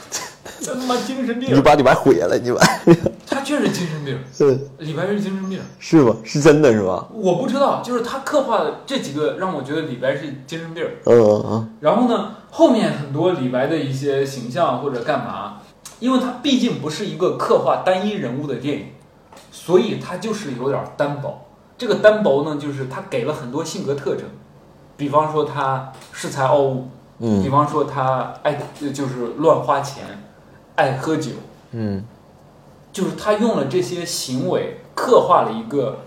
Speaker 1: 这他妈精神
Speaker 2: 你
Speaker 1: 病！
Speaker 2: 把李白毁了，你把，
Speaker 1: 他确实精神病，
Speaker 2: 嗯
Speaker 1: 李白是精神病。
Speaker 2: 是吗？是真的是吧？
Speaker 1: 我不知道，就是他刻画的这几个让我觉得李白是精神病。
Speaker 2: 嗯嗯
Speaker 1: 然后呢，后面很多李白的一些形象或者干嘛，因为它毕竟不是一个刻画单一人物的电影，所以它就是有点单薄。这个单薄呢，就是它给了很多性格特征，比方说他恃才傲物，比
Speaker 2: 嗯
Speaker 1: 方说他爱呃就是乱花钱，爱喝酒，
Speaker 2: 嗯
Speaker 1: 就是他用了这些行为刻画了一个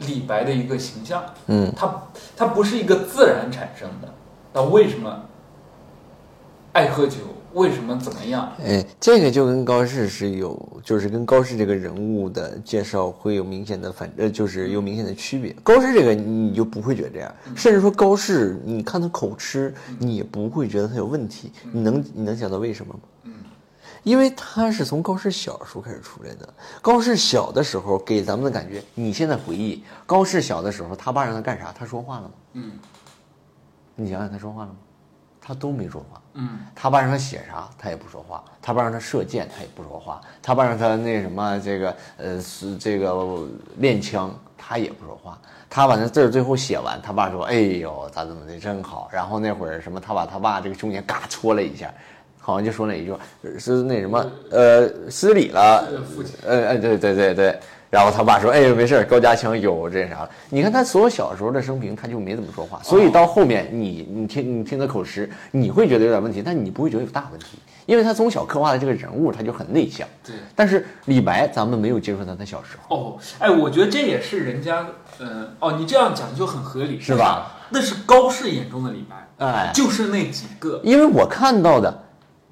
Speaker 1: 李白的一个形象，
Speaker 2: 嗯，
Speaker 1: 它它不是一个自然产生的。那为什么爱喝酒？为什么怎么样？
Speaker 2: 哎，这个就跟高适是有，就是跟高适这个人物的介绍会有明显的反，呃，就是有明显的区别。高适这个你就不会觉得这样，甚至说高适，你看他口吃，你也不会觉得他有问题。你能你能想到为什么吗？因为他是从高适小时候开始出来的。高适小的时候给咱们的感觉，你现在回忆高适小的时候，他爸让他干啥，他说话了吗？
Speaker 1: 嗯
Speaker 2: 你想想他说话了吗？他都没说话。
Speaker 1: 嗯，
Speaker 2: 他爸让他写啥，他也不说话；他爸让他射箭，他也不说话；他爸让他那什么，这个呃，是这个练枪，他也不说话。他把那字儿最后写完，他爸说：“哎呦，咋怎么的真好。”然后那会儿什么，他把他爸这个胸前嘎戳了一下，好像就说了一句话是那什么呃失礼了，
Speaker 1: 是父亲
Speaker 2: 呃呃对对对对。然后他爸说：“哎，没事儿，高家强有这啥了。”你看他所有小时候的生平，他就没怎么说话，所以到后面你你听你听他口吃，你会觉得有点问题，但你不会觉得有大问题，因为他从小刻画的这个人物他就很内向。
Speaker 1: 对。
Speaker 2: 但是李白，咱们没有接触到他小时候，
Speaker 1: 哦，哎，我觉得这也是人家，嗯、哦，你这样讲就很合理，
Speaker 2: 是吧？
Speaker 1: 那是高适眼中的李白，
Speaker 2: 哎，
Speaker 1: 就是那几个，
Speaker 2: 因为我看到的，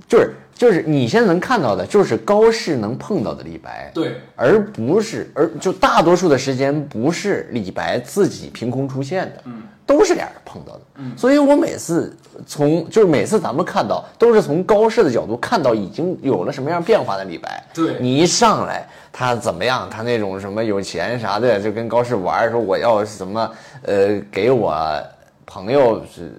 Speaker 2: 就是就是你现在能看到的，就是高适能碰到的李白。
Speaker 1: 对，
Speaker 2: 而不是，而就大多数的时间不是李白自己凭空出现的，
Speaker 1: 嗯，
Speaker 2: 都是俩人碰到的，
Speaker 1: 嗯
Speaker 2: 所以我每次从就是每次咱们看到都是从高适的角度看到已经有了什么样变化的李白，
Speaker 1: 对
Speaker 2: 你一上来他怎么样，他那种什么有钱啥的，就跟高适玩儿说我要什么，呃，给我朋友是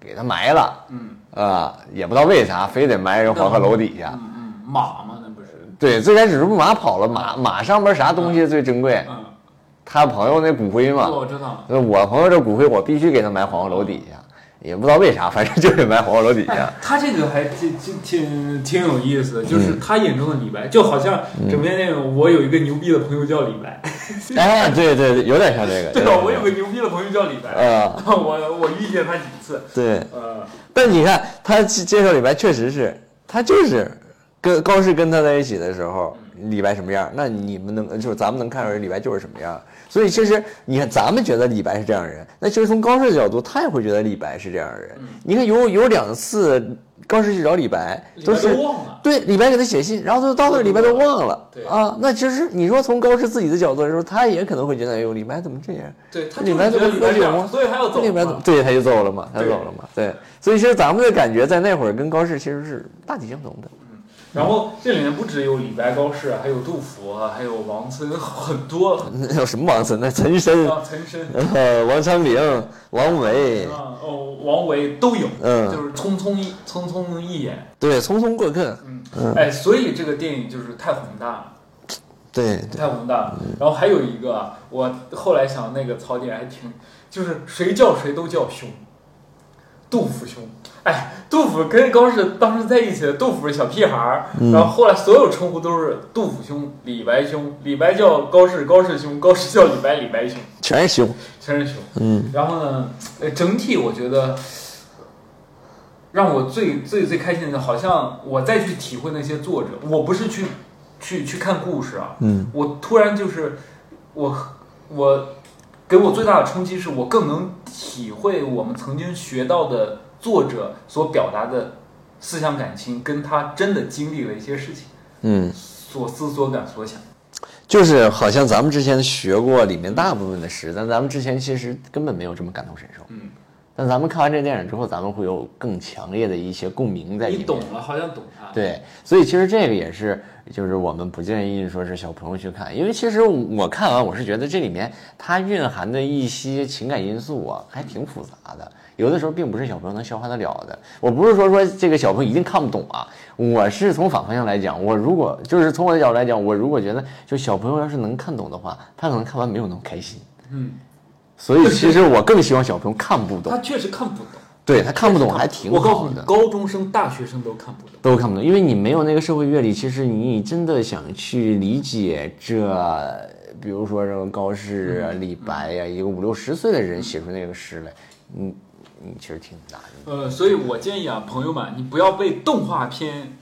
Speaker 2: 给他埋了，
Speaker 1: 嗯
Speaker 2: 啊、也不知道为啥非得埋人黄鹤楼底下，
Speaker 1: 嗯嗯，马嘛，那不是，
Speaker 2: 对，最开始是马跑了，马马上边啥东西最珍贵？
Speaker 1: 嗯，
Speaker 2: 他朋友那骨灰
Speaker 1: 这
Speaker 2: 嘛。
Speaker 1: 我知道，
Speaker 2: 那我朋友这骨灰，我必须给他埋黄鹤楼底下，也不知道为啥，反正就是埋黄鹤楼底下
Speaker 1: 哎。，他这个还挺挺挺挺有意思，
Speaker 2: 嗯
Speaker 1: 就是他眼中的李白，就好像整篇那种，我有一个牛逼的朋友叫李白，
Speaker 2: 哎，对对对，有点像这个。
Speaker 1: 对
Speaker 2: 有点
Speaker 1: 吧？
Speaker 2: 像
Speaker 1: 我有个牛逼的朋友叫李白，
Speaker 2: 啊、
Speaker 1: 我我遇见他几次，
Speaker 2: 对。
Speaker 1: 呃，
Speaker 2: 但你看他介绍李白，确实是他就是跟高适跟他在一起的时候，李白什么样，那你们能就是咱们能看出来李白就是什么样。所以其实你看，咱们觉得李白是这样的人，那其实从高适的角度，他也会觉得李白是这样的人。你看有有两次高适去找李白，
Speaker 1: 李
Speaker 2: 都
Speaker 1: 白
Speaker 2: 是
Speaker 1: 都忘了，
Speaker 2: 对李白给他写信，然后就到那儿李白都忘了
Speaker 1: 对
Speaker 2: 啊。那其实你说从高适自己的角度来说，他也可能会觉得，哎呦，李白怎么这样？
Speaker 1: 对他
Speaker 2: 李
Speaker 1: 就是
Speaker 2: 白
Speaker 1: 觉
Speaker 2: 怎
Speaker 1: 得
Speaker 2: 么
Speaker 1: 李
Speaker 2: 喝
Speaker 1: 白这
Speaker 2: 酒
Speaker 1: 样，
Speaker 2: 吗？
Speaker 1: 所以他要走
Speaker 2: 那边
Speaker 1: 嘛
Speaker 2: 对，他就走了嘛，他
Speaker 1: 对
Speaker 2: 走了嘛，对，所以其实咱们的感觉在那会儿跟高适其实是大体相同的。
Speaker 1: 然后这里面不只有李白、高适啊，还有杜甫啊，还有王森， 很多很
Speaker 2: 那有什么王森？那岑参、
Speaker 1: 多，岑参
Speaker 2: 呃，王昌龄、王维，
Speaker 1: 啊，哦，王维都有，
Speaker 2: 嗯
Speaker 1: 就是匆匆一匆匆一眼，
Speaker 2: 对，匆匆过客，
Speaker 1: 嗯，哎，所以这个电影就是太宏大了，
Speaker 2: 对对，
Speaker 1: 太宏大了。然后还有一个啊，我后来想那个槽点还挺，就是谁叫谁都叫兄，杜甫兄。哎，杜甫跟高适当时在一起，杜甫是小屁孩儿，
Speaker 2: 嗯
Speaker 1: 然后后来所有称呼都是杜甫兄、李白兄，李白叫高适，高适兄，高适叫李白，李白兄。
Speaker 2: 全是兄。
Speaker 1: 全是熊。
Speaker 2: 嗯，
Speaker 1: 然后呢，呃，整体我觉得让我最最最开心的，好像我再去体会那些作者，我不是去去去看故事啊，
Speaker 2: 嗯，
Speaker 1: 我突然就是我我给我最大的冲击是我更能体会我们曾经学到的作者所表达的思想感情，跟他真的经历了一些事情，
Speaker 2: 嗯，
Speaker 1: 所思所感所想。
Speaker 2: 就是好像咱们之前学过里面大部分的诗，但咱们之前其实根本没有这么感同身受。
Speaker 1: 嗯，
Speaker 2: 但咱们看完这电影之后，咱们会有更强烈的一些共鸣在里面。
Speaker 1: 你懂了，好像懂啊他。
Speaker 2: 对，所以其实这个也是，就是我们不建议说是小朋友去看，因为其实我看完我是觉得这里面它蕴含的一些情感因素啊，还挺复杂的，有的时候并不是小朋友能消化得了的。我不是说说这个小朋友一定看不懂啊，我是从反方向来讲，我如果就是从我的角度来讲，我如果觉得就小朋友要是能看懂的话，他可能看完没有那么开心。
Speaker 1: 嗯，
Speaker 2: 所以其实我更希望小朋友看不懂
Speaker 1: 他，确实看不懂。
Speaker 2: 对他看不懂还挺
Speaker 1: 我告
Speaker 2: 好
Speaker 1: 诉你
Speaker 2: 的，。
Speaker 1: 高中生、大学生都看不懂。
Speaker 2: 都看不懂，因为你没有那个社会阅历，其实你真的想去理解这，比如说这个高适啊、李白呀、一个五六十岁的人写出那个诗来，你你其实挺难的。
Speaker 1: 呃，所以我建议啊，朋友们，你不要被动画片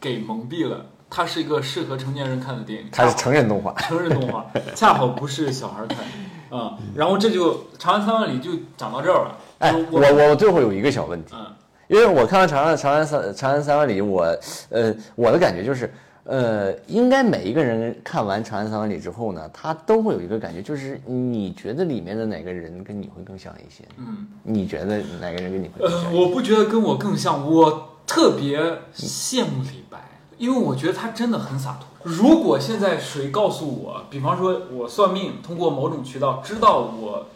Speaker 1: 给蒙蔽了它是一个适合成年人看的电影，
Speaker 2: 它是成人动画，
Speaker 1: 成人动画，恰好不是小孩看的啊、然后这就《长安三万里》就讲到这儿了。
Speaker 2: 哎，
Speaker 1: 就
Speaker 2: 我我最后有一个小问题，
Speaker 1: 嗯
Speaker 2: 因为我看完《长安长安三长安三万里》，我呃我的感觉就是，呃，应该每一个人看完《长安三万里》之后呢，他都会有一个感觉，就是你觉得里面的哪个人跟你会更像一些？
Speaker 1: 嗯，
Speaker 2: 你觉得哪个人跟你会
Speaker 1: 呃，
Speaker 2: 更像一些？
Speaker 1: 我不觉得跟我更像，我特别羡慕李白，因为我觉得他真的很洒脱。如果现在谁告诉我，比方说我算命，通过某种渠道知道我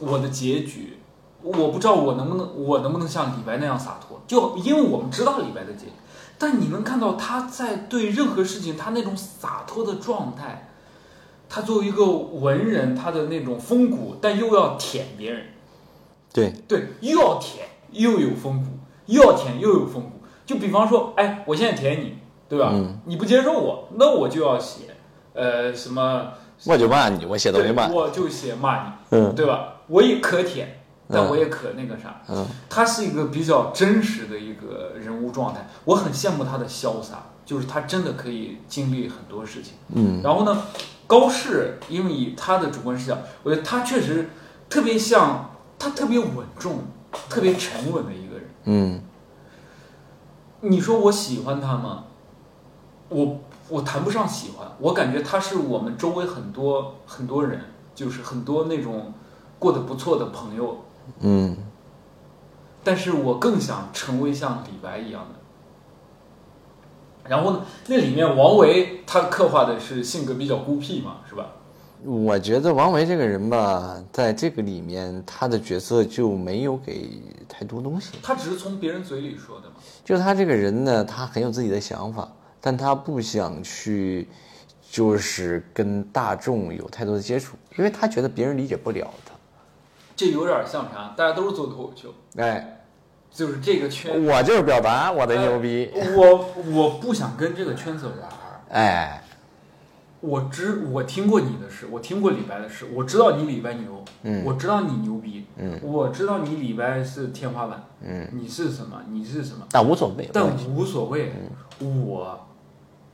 Speaker 1: 我的结局，我不知道我能不能我能不能像李白那样洒脱，就因为我们知道李白的结局，但你能看到他在对任何事情他那种洒脱的状态，他作为一个文人，他的那种风骨，但又要舔别人。
Speaker 2: 对，
Speaker 1: 对，又要舔又有风骨，又要舔又有风骨。就比方说，哎，我现在舔你，对吧？
Speaker 2: 嗯
Speaker 1: 你不接受我，那我就要写，呃，什么，
Speaker 2: 我就骂你，我写的
Speaker 1: 对
Speaker 2: 没骂，
Speaker 1: 我就写骂你，
Speaker 2: 嗯
Speaker 1: 对吧？我也可舔，但
Speaker 2: 嗯
Speaker 1: 我也可那个啥。
Speaker 2: 嗯，
Speaker 1: 他是一个比较真实的一个人物状态，我很羡慕他的潇洒，就是他真的可以经历很多事情。
Speaker 2: 嗯，
Speaker 1: 然后呢，高适因为以他的主观视角，我觉得他确实特别像他特别稳重、特别沉稳的一个人。
Speaker 2: 嗯，
Speaker 1: 你说我喜欢他吗？我我谈不上喜欢，我感觉他是我们周围很多很多人，就是很多那种过得不错的朋友，
Speaker 2: 嗯，
Speaker 1: 但是我更想成为像李白一样的。然后呢，那里面王维他刻画的是性格比较孤僻嘛，是吧？
Speaker 2: 我觉得王维这个人吧，在这个里面他的角色就没有给太多东西。
Speaker 1: 他只是从别人嘴里说的嘛。
Speaker 2: 就他这个人呢，他很有自己的想法，但他不想去，就是跟大众有太多的接触，因为他觉得别人理解不了
Speaker 1: 这有点像啥？大家都是做脱口秀，
Speaker 2: 他。哎，
Speaker 1: 就是这个圈。
Speaker 2: 我就是表达我的牛逼。
Speaker 1: 我我不想跟这个圈子玩儿。
Speaker 2: 哎，
Speaker 1: 我知我听过你的事，我听过李白的事，我知道你李白牛，
Speaker 2: 嗯
Speaker 1: 我知道你牛逼，
Speaker 2: 嗯，
Speaker 1: 我知道你李白是天花板，
Speaker 2: 嗯，
Speaker 1: 你是什么？你是什么？
Speaker 2: 但无所谓。
Speaker 1: 但
Speaker 2: 我嗯
Speaker 1: 无所谓，我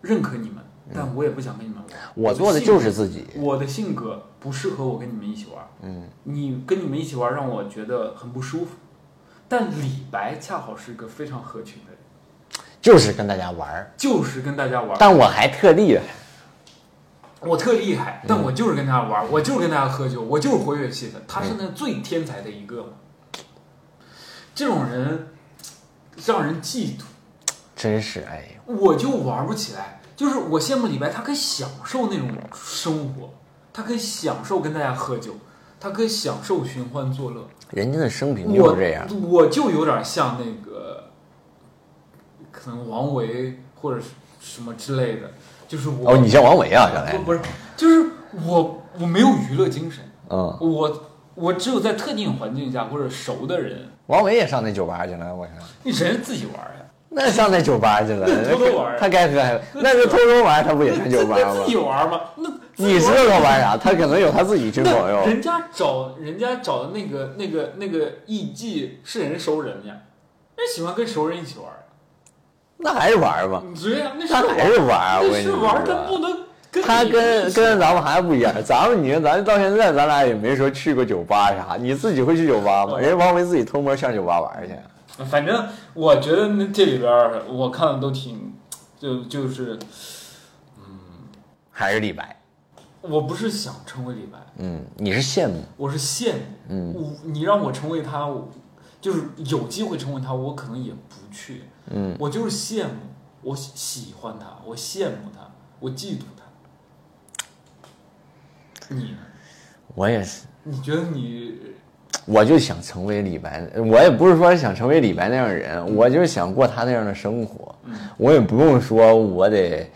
Speaker 1: 认可你们，但我也不想跟你们玩儿。
Speaker 2: 我做的
Speaker 1: 性格
Speaker 2: 就是自己。
Speaker 1: 我的性格不适合我跟你们一起玩。
Speaker 2: 嗯，
Speaker 1: 你跟你们一起玩让我觉得很不舒服。但李白恰好是个非常合群的人，
Speaker 2: 就是跟大家玩儿。
Speaker 1: 就是跟大家玩。
Speaker 2: 但我还特地，
Speaker 1: 我特厉害，但我就是跟大家玩，我就是跟大家喝酒，我就是活跃气氛。他是那最天才的一个嘛。这种人让人嫉妒，
Speaker 2: 真是哎呦，
Speaker 1: 我就玩不起来。就是我羡慕李白，他可以享受那种生活，他可以享受跟大家喝酒，他可以享受寻欢作乐。
Speaker 2: 人家的生平就
Speaker 1: 我
Speaker 2: 是这样。
Speaker 1: 我就有点像那个，可能王维或者是什么之类的，就是我、
Speaker 2: 哦，你像王维啊，原来
Speaker 1: 不。不是，就是我我没有娱乐精神，
Speaker 2: 嗯，
Speaker 1: 我我只有在特定环境下或者熟的人，
Speaker 2: 王维也上那酒吧去了，我看。
Speaker 1: 你人自己玩呀，
Speaker 2: 那上那酒吧去了，
Speaker 1: 那偷偷玩儿
Speaker 2: 他该 喝还，那就偷偷玩儿，他不也上酒吧
Speaker 1: 那
Speaker 2: 吗？
Speaker 1: 自己玩嘛，那自己
Speaker 2: 你知
Speaker 1: 玩
Speaker 2: 道他玩啥？他可能有他自己一群朋
Speaker 1: 那
Speaker 2: 友。
Speaker 1: 人家找人家找的那个那个那个艺妓是人熟人呀，人喜欢跟熟人一起玩呀，
Speaker 2: 那还是玩儿吧，
Speaker 1: 你对呀，那是
Speaker 2: 他还是玩儿。我
Speaker 1: 那
Speaker 2: 跟你
Speaker 1: 是玩，他
Speaker 2: 说，啊
Speaker 1: 不能跟
Speaker 2: 他
Speaker 1: 你一
Speaker 2: 跟
Speaker 1: 起
Speaker 2: 跟咱们还不一样。咱们你看，咱到现在咱俩也没说去过酒吧啥，你自己会去酒吧吗？
Speaker 1: 嗯
Speaker 2: 人家王维自己偷摸上酒吧玩儿去。
Speaker 1: 反正我觉得那这里边儿我看的都挺，就就是
Speaker 2: 还是李白，
Speaker 1: 我不是想成为李白，
Speaker 2: 嗯，你是羡慕，
Speaker 1: 我是羡慕。
Speaker 2: 嗯
Speaker 1: 我你让我成为他，我就是有机会成为他，我可能也不去。
Speaker 2: 嗯，
Speaker 1: 我就是羡慕，我喜喜欢他，我羡慕他，我嫉妒他。你呢
Speaker 2: 我也是。
Speaker 1: 你觉得你
Speaker 2: 我就想成为李白，我也不是说想成为李白那样的人，我就是想过他那样的生活。我也不用说我得，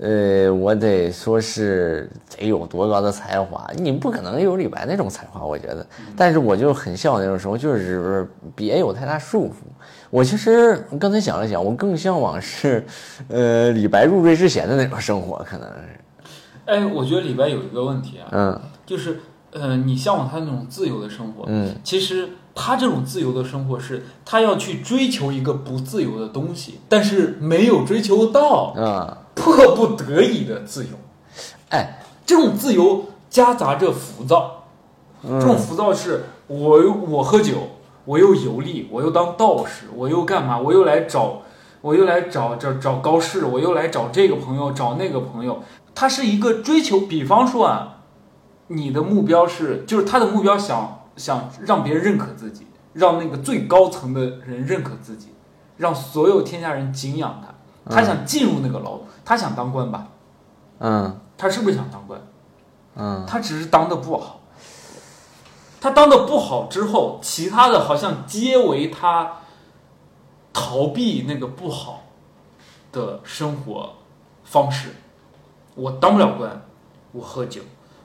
Speaker 2: 呃，我得说是得有多高的才华，你不可能有李白那种才华，我觉得。但是我就很向往那种生活，就是别有太大束缚。我其实刚才想了想，我更向往是，呃，李白入赘之前的那种生活，可能是，
Speaker 1: 哎，我觉得李白有一个问题啊，
Speaker 2: 嗯
Speaker 1: 就是呃，你向往他那种自由的生活，
Speaker 2: 嗯，
Speaker 1: 其实他这种自由的生活是他要去追求一个不自由的东西，但是没有追求到，
Speaker 2: 啊、
Speaker 1: 迫不得已的自由。
Speaker 2: 哎，
Speaker 1: 这种自由夹杂着浮躁，这种浮躁是我我喝酒，我又游历，我又当道士，我又干嘛？我又来找，我又来找找找高适，我又来找这个朋友，找那个朋友。他是一个追求，比方说啊，你的目标是，就是他的目标想想让别人认可自己，让那个最高层的人认可自己，让所有天下人敬仰他。他想进入那个牢，他想当官吧？
Speaker 2: 嗯
Speaker 1: 他是不是想当官？
Speaker 2: 嗯，
Speaker 1: 他只是当的不好。他当的不好之后，其他的好像皆为他逃避那个不好的生活方式。我当不了官，我喝酒；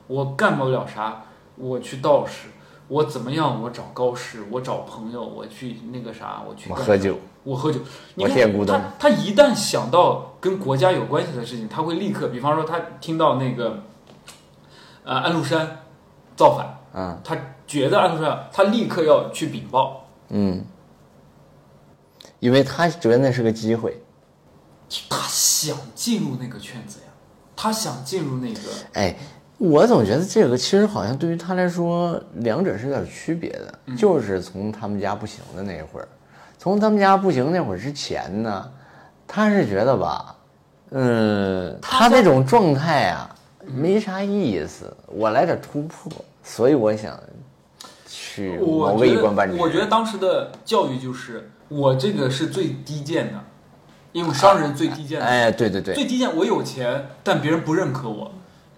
Speaker 1: 我干不了啥，我去道士；我怎么样，我找高士；我找朋友，我去那个啥，我去
Speaker 2: 我
Speaker 1: 干
Speaker 2: 喝酒，
Speaker 1: 我喝酒，你
Speaker 2: 我
Speaker 1: 看
Speaker 2: 练古董
Speaker 1: 他他一旦想到跟国家有关系的事情，他会立刻，比方说他听到那个，呃，安禄山造反，
Speaker 2: 嗯
Speaker 1: 他觉得安禄山，他立刻要去禀报。
Speaker 2: 嗯，因为他觉得那是个机会。
Speaker 1: 他想进入那个圈子呀，他想进入那个，
Speaker 2: 哎，我总觉得这个其实好像对于他来说，两者是有点区别的。
Speaker 1: 嗯
Speaker 2: 就是从他们家不行的那会儿，从他们家不行那会儿之前呢，他是觉得吧，嗯，
Speaker 1: 他
Speaker 2: 他
Speaker 1: 在
Speaker 2: 那种状态啊，没啥意思。我来点突破，所以我想去
Speaker 1: 我
Speaker 2: 谋嗯个
Speaker 1: 觉
Speaker 2: 一
Speaker 1: 得
Speaker 2: 官半职。
Speaker 1: 我觉得当时的教育就是，我这个是最低贱的，因为商人最低贱的。
Speaker 2: 哎，对对对，
Speaker 1: 最低贱，我有钱，但别人不认可我，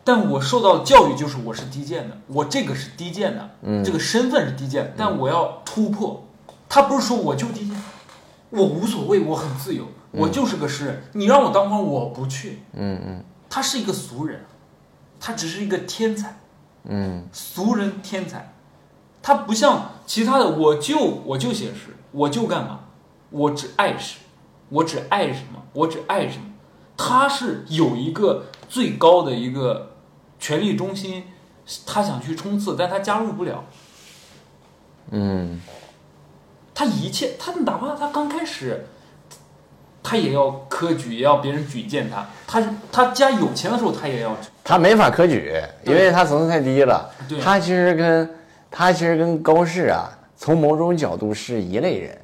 Speaker 1: 但我受到教育就是我是低贱的，我这个是低贱的，这个身份是低贱的，但我要突破。他不是说我就低贱，我无所谓，我很自由，我就是个诗人，你让我当官我不去。
Speaker 2: 嗯嗯
Speaker 1: 他是一个俗人，他只是一个天才，
Speaker 2: 嗯
Speaker 1: 俗人天才，他不像其他的，我就我就写诗，我就干嘛，我只爱诗，我只爱什么，我只爱什么。他是有一个最高的一个权力中心，他想去冲刺，但他加入不了。
Speaker 2: 嗯
Speaker 1: 他一切，他哪怕他刚开始，他也要科举，也要别人举荐他。他他家有钱的时候，他也要
Speaker 2: 他没法科举，因为他层次太低了
Speaker 1: 对。
Speaker 2: 他其实跟他其实跟高适啊，从某种角度是一类人，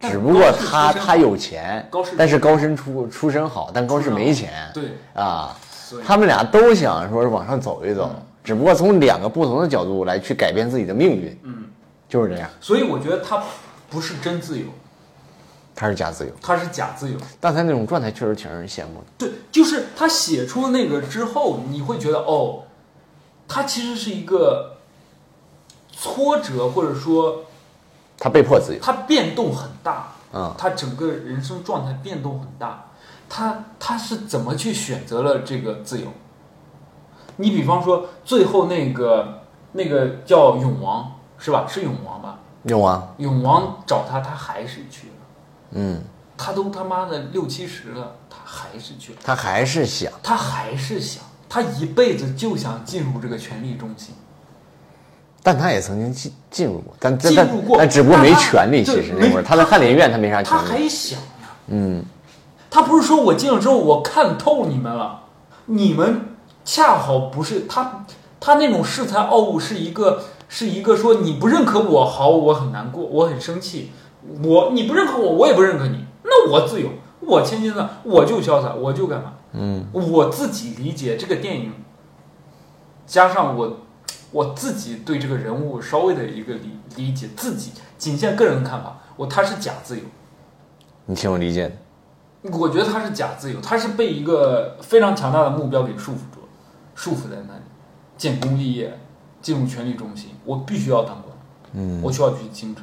Speaker 1: 但
Speaker 2: 只不过
Speaker 1: 高适
Speaker 2: 他
Speaker 1: 出身好
Speaker 2: 他有钱
Speaker 1: 高适，
Speaker 2: 但是高深出出身好，但高适没钱
Speaker 1: 对，
Speaker 2: 啊。
Speaker 1: 所以
Speaker 2: 他们俩都想说是往上走一
Speaker 1: 嗯
Speaker 2: 走，只不过从两个不同的角度来去改变自己的命运，
Speaker 1: 嗯，
Speaker 2: 就是这样。
Speaker 1: 所以我觉得他不是真自由，
Speaker 2: 他是假自由，
Speaker 1: 他是假自由。
Speaker 2: 但他那种状态确实挺让人羡慕的。
Speaker 1: 对，就是他写出那个之后，你会觉得哦，他其实是一个挫折，或者说
Speaker 2: 他被迫自由，
Speaker 1: 他变动很大，
Speaker 2: 嗯
Speaker 1: 他整个人生状态变动很大。他他是怎么去选择了这个自由？你比方说最后那个那个叫永王是吧？是永王吧？
Speaker 2: 有啊，
Speaker 1: 永王找他，他还是去了。
Speaker 2: 嗯，
Speaker 1: 他都他妈的六七十了，他还是去了。
Speaker 2: 他还是想，
Speaker 1: 他还是想，他一辈子就想进入这个权力中心，
Speaker 2: 但他也曾经进进入过，但但
Speaker 1: 进入过
Speaker 2: 但只不过
Speaker 1: 但
Speaker 2: 没
Speaker 1: 他
Speaker 2: 权利。
Speaker 1: 对
Speaker 2: 其实
Speaker 1: 没
Speaker 2: 那会儿他在翰林院，他没啥权
Speaker 1: 他
Speaker 2: 利。
Speaker 1: 还想呀。
Speaker 2: 嗯，
Speaker 1: 他不是说我进了之后我看透你们了，你们恰好不是他，他那种恃才傲物是一个是一个说你不认可我好，我很难过，我很生气，我你不认可我，我也不认可你，那我自由，我千金了，我就潇洒，我就干嘛？
Speaker 2: 嗯，
Speaker 1: 我自己理解这个电影，加上我我自己对这个人物稍微的一个理理解，自己仅限个人的看法，我他是假自由。
Speaker 2: 你挺有理解的。
Speaker 1: 我觉得他是假自由，他是被一个非常强大的目标给束缚住，束缚在那里，建功立业，进入权力中心，我必须要当官，
Speaker 2: 嗯，
Speaker 1: 我需要去京城，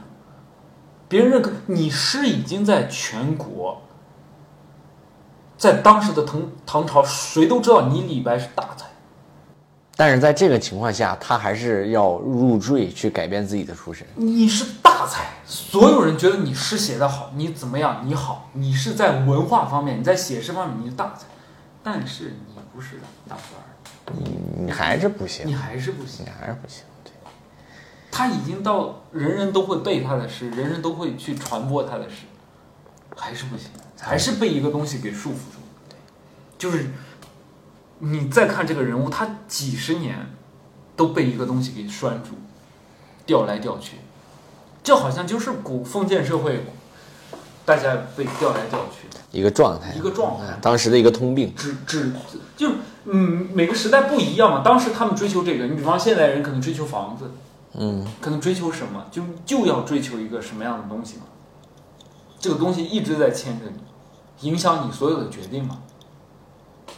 Speaker 1: 别人认可你是已经在全国，在当时的唐唐朝，谁都知道你李白是大才，
Speaker 2: 但是在这个情况下，他还是要入赘去改变自己的出身。
Speaker 1: 你是大才，所有人觉得你诗写得好，你怎么样，你好，你是在文化方面，你在写诗方面你是大才，但是你不是当官儿。
Speaker 2: 你还是不行
Speaker 1: 你，还是不行
Speaker 2: 你。还是不行。对，
Speaker 1: 他已经到人人都会背他的诗，人人都会去传播他的诗，还是不行，还是被一个东西给束缚住。就是你再看这个人物，他几十年都被一个东西给拴住，调来调去，这好像就是古封建社会，大家被调来调去的
Speaker 2: 一个状态，
Speaker 1: 一个状态。
Speaker 2: 当时的一个通病。
Speaker 1: 只只就嗯，每个时代不一样嘛。当时他们追求这个，你比方现代人可能追求房子，
Speaker 2: 嗯，
Speaker 1: 可能追求什么，就就要追求一个什么样的东西嘛。这个东西一直在牵着你，影响你所有的决定嘛。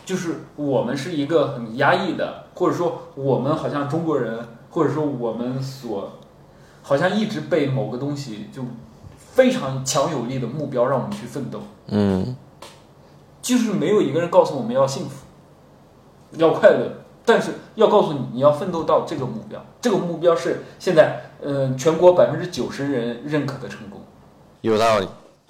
Speaker 1: 就是我们是一个很压抑的，或者说我们好像中国人，或者说我们所好像一直被某个东西就非常强有力的目标让我们去奋斗。
Speaker 2: 嗯，
Speaker 1: 就是没有一个人告诉我们要幸福，要快乐，但是要告诉你，你要奋斗到这个目标，这个目标是现在嗯、呃全国百分之九十人认可的成功。
Speaker 2: 有道理。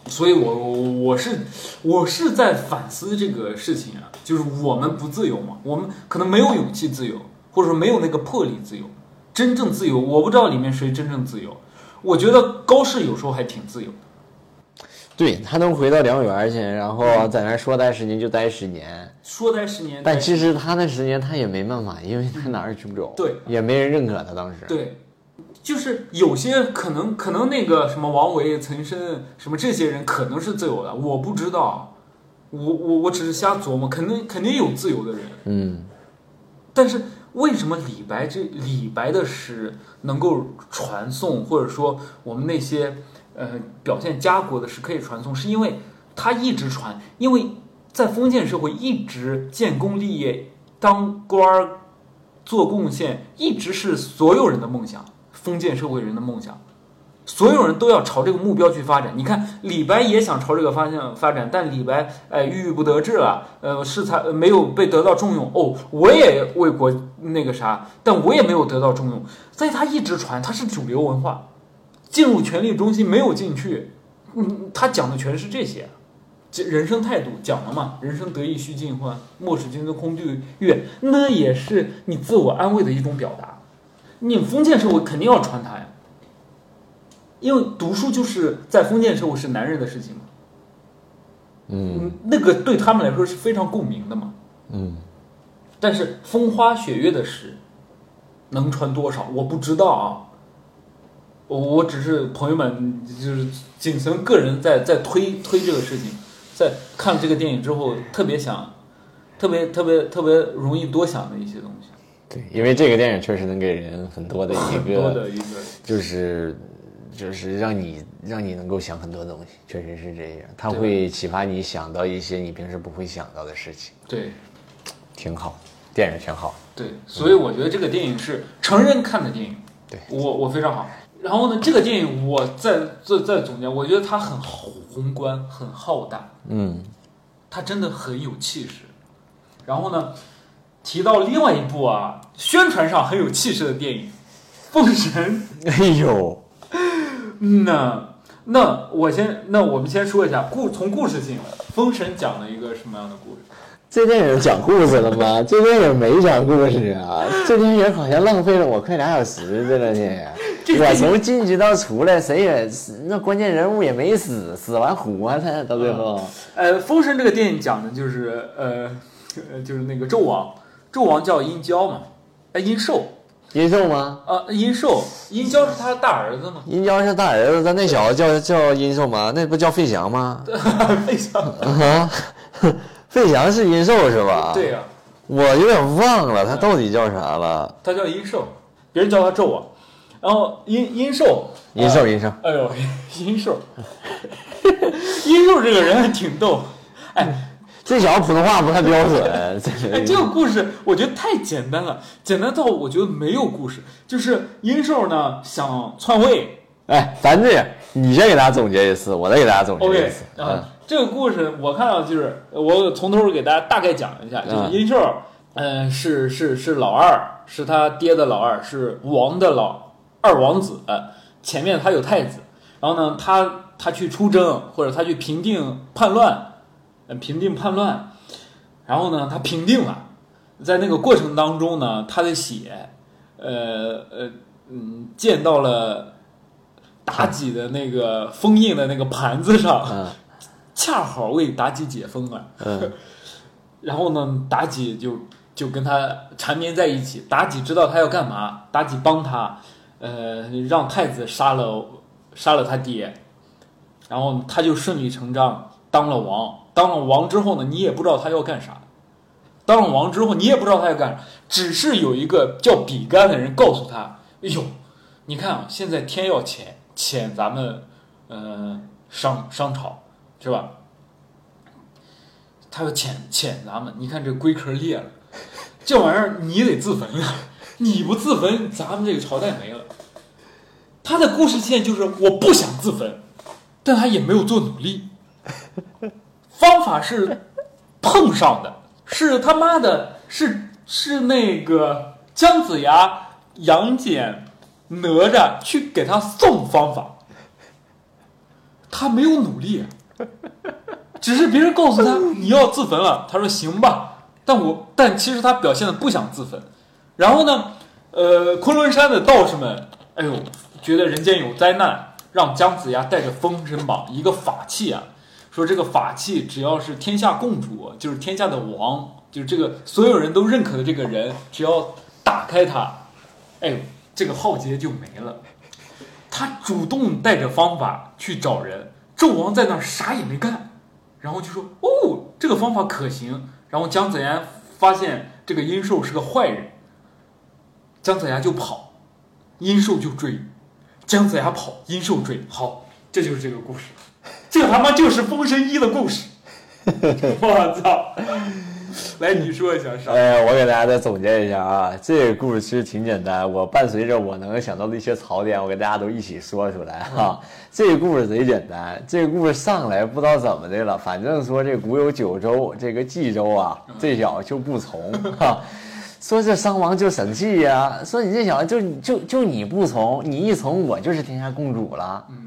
Speaker 1: 所以我，我我是我是在反思这个事情啊，就是我们不自由嘛，我们可能没有勇气自由，或者说没有那个魄力自由。真正自由，我不知道里面谁真正自由。我觉得高适有时候还挺自由的，
Speaker 2: 对他能回到良园去，然后在那儿说待十年就待十年，
Speaker 1: 说待十年，
Speaker 2: 但其实他那十年他也没办法，因为他哪儿也去不走，
Speaker 1: 对，
Speaker 2: 也没人认可他当时。
Speaker 1: 对，就是有些可能可能那个什么王维、岑参什么这些人可能是自由的，我不知道，我我我只是瞎琢磨，肯定肯定有自由的人，
Speaker 2: 嗯，
Speaker 1: 但是为什么李白这李白的诗能够传颂，或者说我们那些呃表现家国的诗可以传颂，是因为他一直传，因为在封建社会一直建功立业、当官儿、做贡献，一直是所有人的梦想，封建社会人的梦想。所有人都要朝这个目标去发展。你看，李白也想朝这个方向发展，但李白哎郁郁不得志啊，呃，是才呃没有被得到重用。哦，我也为国那个啥，但我也没有得到重用。所以他一直传，他是主流文化，进入权力中心没有进去，嗯，他讲的全是这些。这人生态度讲了嘛，人生得意须尽欢，莫使金樽空对月，那也是你自我安慰的一种表达。你封建社会肯定要传它呀，因为读书就是在封建社会是男人的事情嘛，嗯，那个对他们来说是非常共鸣的嘛，
Speaker 2: 嗯，
Speaker 1: 但是风花雪月的诗能传多少，我不知道啊，我我只是朋友们就是仅存个人在在推推这个事情，在看了这个电影之后特别想，特别特别特别容易多想的一些东西，
Speaker 2: 对，因为这个电影确实能给人很多的一
Speaker 1: 很多
Speaker 2: 个，
Speaker 1: 的一个。
Speaker 2: 就是就是让你让你能够想很多东西，确实是这样，他
Speaker 1: 对
Speaker 2: 会启发你想到一些你平时不会想到的事情，
Speaker 1: 对
Speaker 2: 挺好，电影挺好。
Speaker 1: 对，所以我觉得这个电影是成人看的电影，
Speaker 2: 对
Speaker 1: 我我非常好。然后呢，这个电影我再再再总结，我觉得它很宏观，很浩大，
Speaker 2: 嗯，
Speaker 1: 他真的很有气势。然后呢，提到另外一部啊，宣传上很有气势的电影《封神》。
Speaker 2: 哎呦，
Speaker 1: 嗯呐，那我先，那我们先说一下故，从故事性，《封神》讲了一个什么样的故事？
Speaker 2: 这电影讲故事了吗？这电影没讲故事啊！这电影好像浪费了我快俩小时，这 两天。我从进去到出来，谁也死那关键人物也没死，死完活了，到最后。
Speaker 1: 呃，《封神》这个电影讲的就是呃，呃就是那个纣王，纣王叫殷郊嘛，哎，殷寿，
Speaker 2: 殷寿吗？
Speaker 1: 啊，殷寿，殷郊是他大儿子嘛，
Speaker 2: 殷郊是大儿子，但那小 子叫叫殷寿吗？那不叫费翔吗？
Speaker 1: 费翔，
Speaker 2: 啊， 费翔是殷寿是吧？
Speaker 1: 对，嗯呀、
Speaker 2: 我有点忘了他到底叫啥了。
Speaker 1: 他叫殷寿，别人叫他纣王，然后殷殷寿，
Speaker 2: 殷寿，殷寿，
Speaker 1: 哎呦，殷寿，殷寿这个人还挺逗。哎，
Speaker 2: 这小子普通话不太标准，这
Speaker 1: 哎，这个故事我觉得太简单了，简单到我觉得没有故事。就是殷寿呢想篡位
Speaker 2: 哎，咱这样，你先给大家总结一次，我再给大家总结一
Speaker 1: ，OK
Speaker 2: 次。嗯
Speaker 1: 啊，这个故事我看到就是我从头给大家大概讲一下，就是
Speaker 2: 嗯
Speaker 1: 殷寿，嗯、是是是老二，是他爹的老二，是王的老二王子，前面他有太子，然后呢，他他去出征或者他去平定叛乱，呃，平定叛乱，然后呢，他平定了，在那个过程当中呢，他的血，呃呃嗯，溅到了妲己的那个封印的那个盘子上，
Speaker 2: 嗯
Speaker 1: 恰好为妲己解封了。
Speaker 2: 嗯
Speaker 1: 啊然后呢，妲己就就跟他缠绵在一起。妲己知道他要干嘛，妲己帮他，呃，让太子杀了杀了他爹，然后他就顺理成章当了王。当了王之后呢，你也不知道他要干啥。当了王之后，你也不知道他要干啥，只是有一个叫比干的人告诉他：“哎呦，你看啊，现在天要谴谴咱们，呃，商商朝是吧？他要谴谴咱们，你看这龟壳裂了，这玩意儿你得自焚啊！你不自焚，咱们这个朝代没了。他的故事线就是我不想自焚，但他也没有做努力，方法是碰上的，是他妈的，是是那个姜子牙、杨戬、哪吒去给他送方法，他没有努力。啊只是别人告诉他你要自焚了，他说行吧，但我但其实他表现的不想自焚。然后呢，呃，昆仑山的道士们，哎呦，觉得人间有灾难，让姜子牙带着封神榜一个法器啊，说这个法器只要是天下共主，啊就是天下的王，就是这个所有人都认可的这个人，只要打开它，哎呦，这个浩劫就没了。他主动带着方法去找人，纣王在那儿啥也没干。然后就说哦，这个方法可行。然后姜子牙发现这个殷寿是个坏人，姜子牙就跑，殷寿就追，姜子牙跑，殷寿追。好，这就是这个故事，这他妈就是《封神一》的故事。 我操！ 来，你说一下啥？
Speaker 2: 哎，我给大家再总结一下啊，这个故事其实挺简单，我伴随着我能想到的一些槽点，我给大家都一起说出来哈、这个故事贼简单，这个故事上来不知道怎么的了，反正说这古有九州，这个冀州啊，这小子就不从哈。说这商王就生气呀、说你这小子就就就你不从，你一从我就是天下共主了、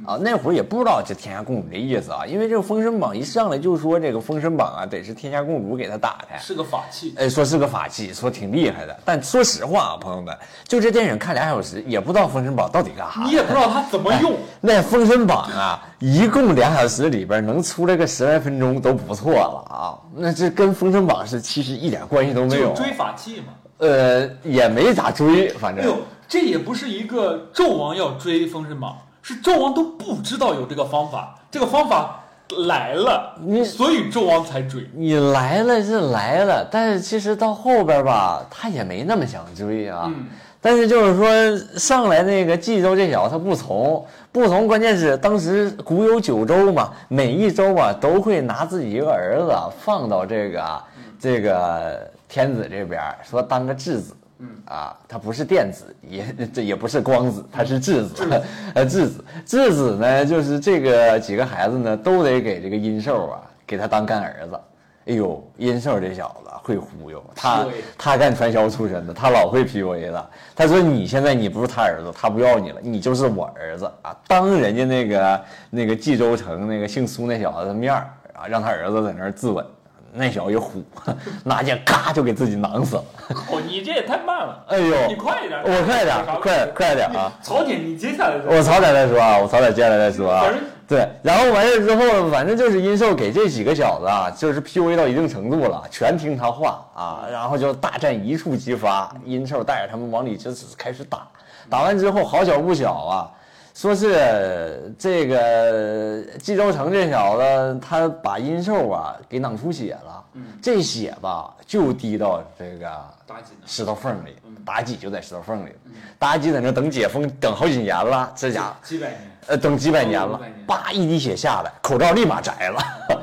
Speaker 2: 啊！那会儿也不知道这天下共主的意思啊，因为这个封神榜一上来就说这个封神榜啊得是天下共主给他打开，
Speaker 1: 是个法器。
Speaker 2: 哎，说是个法器，说挺厉害的。但说实话啊，朋友们，就这电影看俩小时，也不知道《封神榜》到底干啥。
Speaker 1: 你也不知道它怎么用，
Speaker 2: 那《封神榜》啊，一共俩小时里边能出来个十来分钟都不错了啊。那这跟《封神榜》是其实一点关系都没
Speaker 1: 就
Speaker 2: 有，
Speaker 1: 追法器嘛。
Speaker 2: 呃，也没咋追，反
Speaker 1: 哎
Speaker 2: 正
Speaker 1: 呦，这也不是一个纣王要追封神榜，是纣王都不知道有这个方法，这个方法来了，
Speaker 2: 你
Speaker 1: 所以纣王才追。
Speaker 2: 你来了是来了，但是其实到后边吧，他也没那么想追啊。
Speaker 1: 嗯
Speaker 2: 但是就是说，上来那个冀州这小子他不从，不从，关键是当时古有九州嘛，每一州啊都会拿自己一个儿子啊放到这个啊这个天子这边儿，说当个质子。啊，他不是电子，也这也不是光子，他是质子， 呃，质子，质子呢，就是这个几个孩子呢，都得给这个殷寿啊，给他当干儿子。哎呦，殷寿这小子会忽悠，他
Speaker 1: PUA
Speaker 2: 他干传销出身的，他老会 PUA 了。他说你现在你不是他儿子，他不要你了，你就是我儿子啊！当人家那个那个冀州城那个姓苏那小子的面儿啊，让他儿子在那儿自刎。那小子一虎， 拿剑咔就给自己囊死了。
Speaker 1: 哦，你这也太慢了，
Speaker 2: 哎呦，
Speaker 1: 你快一点，
Speaker 2: 我快点，快快点啊！
Speaker 1: 曹姐，你接下来再
Speaker 2: 我早点再说啊，我早点接下来再说啊
Speaker 1: 反正。
Speaker 2: 对，然后完事之后，反正就是殷寿给这几个小子啊，就是 PUA 到一定程度了，全听他话啊，然后就大战一触即发。殷寿带着他们往里就是开始打，打完之后好巧不巧啊，说是这个冀州城这小子他把殷寿啊给攮出血了，
Speaker 1: 嗯
Speaker 2: 这血吧就滴到这个
Speaker 1: 打紧呢。
Speaker 2: 石头缝里，妲己就在石头缝里，妲己在那等解封，等好几年了，这家伙，
Speaker 1: 几百年，
Speaker 2: 呃，等几百年
Speaker 1: 等
Speaker 2: 了
Speaker 1: 几百年，
Speaker 2: 叭一滴血下来，口罩立马摘了，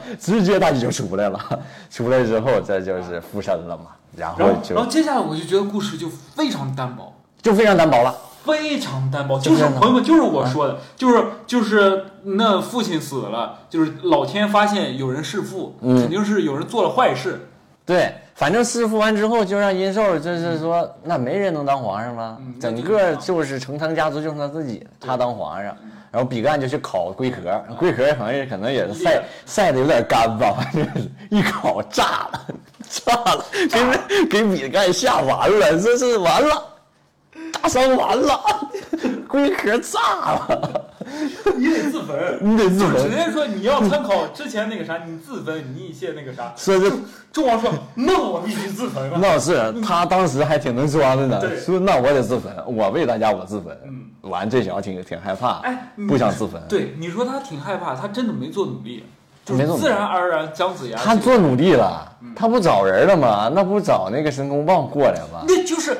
Speaker 2: 直接妲己就出来了， 出来之后这就是附身了嘛，然
Speaker 1: 然后
Speaker 2: 后
Speaker 1: 然
Speaker 2: 就
Speaker 1: 后接下来我就觉得故事就非常单薄，
Speaker 2: 就非常单薄了，
Speaker 1: 非常单薄，就
Speaker 2: 就嗯
Speaker 1: 是
Speaker 2: 这样的
Speaker 1: 朋友们，就是我说的，就是就是那父亲死了，就是老天发现有人弑父，
Speaker 2: 嗯
Speaker 1: 肯定是有人做了坏事，
Speaker 2: 对。反正弑父完之后，就让殷寿就是说，那没人能当皇上了，
Speaker 1: 嗯那
Speaker 2: 整
Speaker 1: 就
Speaker 2: 个
Speaker 1: 是
Speaker 2: 就是成汤家族就剩他自己，他当皇上，然后比干就去烤龟壳，龟壳好像也可能也是晒
Speaker 1: 裂
Speaker 2: 晒的有点干吧， 反正是一烤炸了， 炸了，给给比干吓完了，这是 完了，大伤完了，龟壳炸了，
Speaker 1: 你得自焚。
Speaker 2: 你得自
Speaker 1: 就直
Speaker 2: 焚。
Speaker 1: 接说你要参考之前那个啥，你自焚，你一些那个啥。
Speaker 2: 所以这
Speaker 1: 纣王说：“那我必须自焚啊了。
Speaker 2: 那是他当时还挺能装的呢
Speaker 1: 对，
Speaker 2: 说那我得自焚，我为大家我自焚。
Speaker 1: 嗯，
Speaker 2: 完这小子挺挺害怕
Speaker 1: 哎，你
Speaker 2: 不想自焚”。，
Speaker 1: 对，你说他挺害怕，他真的没做努力，就
Speaker 2: 没
Speaker 1: 是
Speaker 2: 做努力
Speaker 1: 自然而然姜子牙
Speaker 2: 他做努力了，
Speaker 1: 嗯
Speaker 2: 他不找人了吗？那不找那个申公豹过来吗？
Speaker 1: 那就是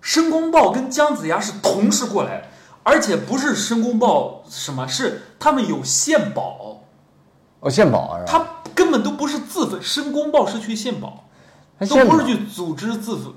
Speaker 1: 申公豹跟姜子牙是同时过来，而且不是申公豹什么，是他们有献宝，
Speaker 2: 哦，献宝是吧？
Speaker 1: 他根本都不是自焚，申公豹是去献宝，
Speaker 2: 他
Speaker 1: 都
Speaker 2: 献
Speaker 1: 不
Speaker 2: 宝
Speaker 1: 是，去组织自焚。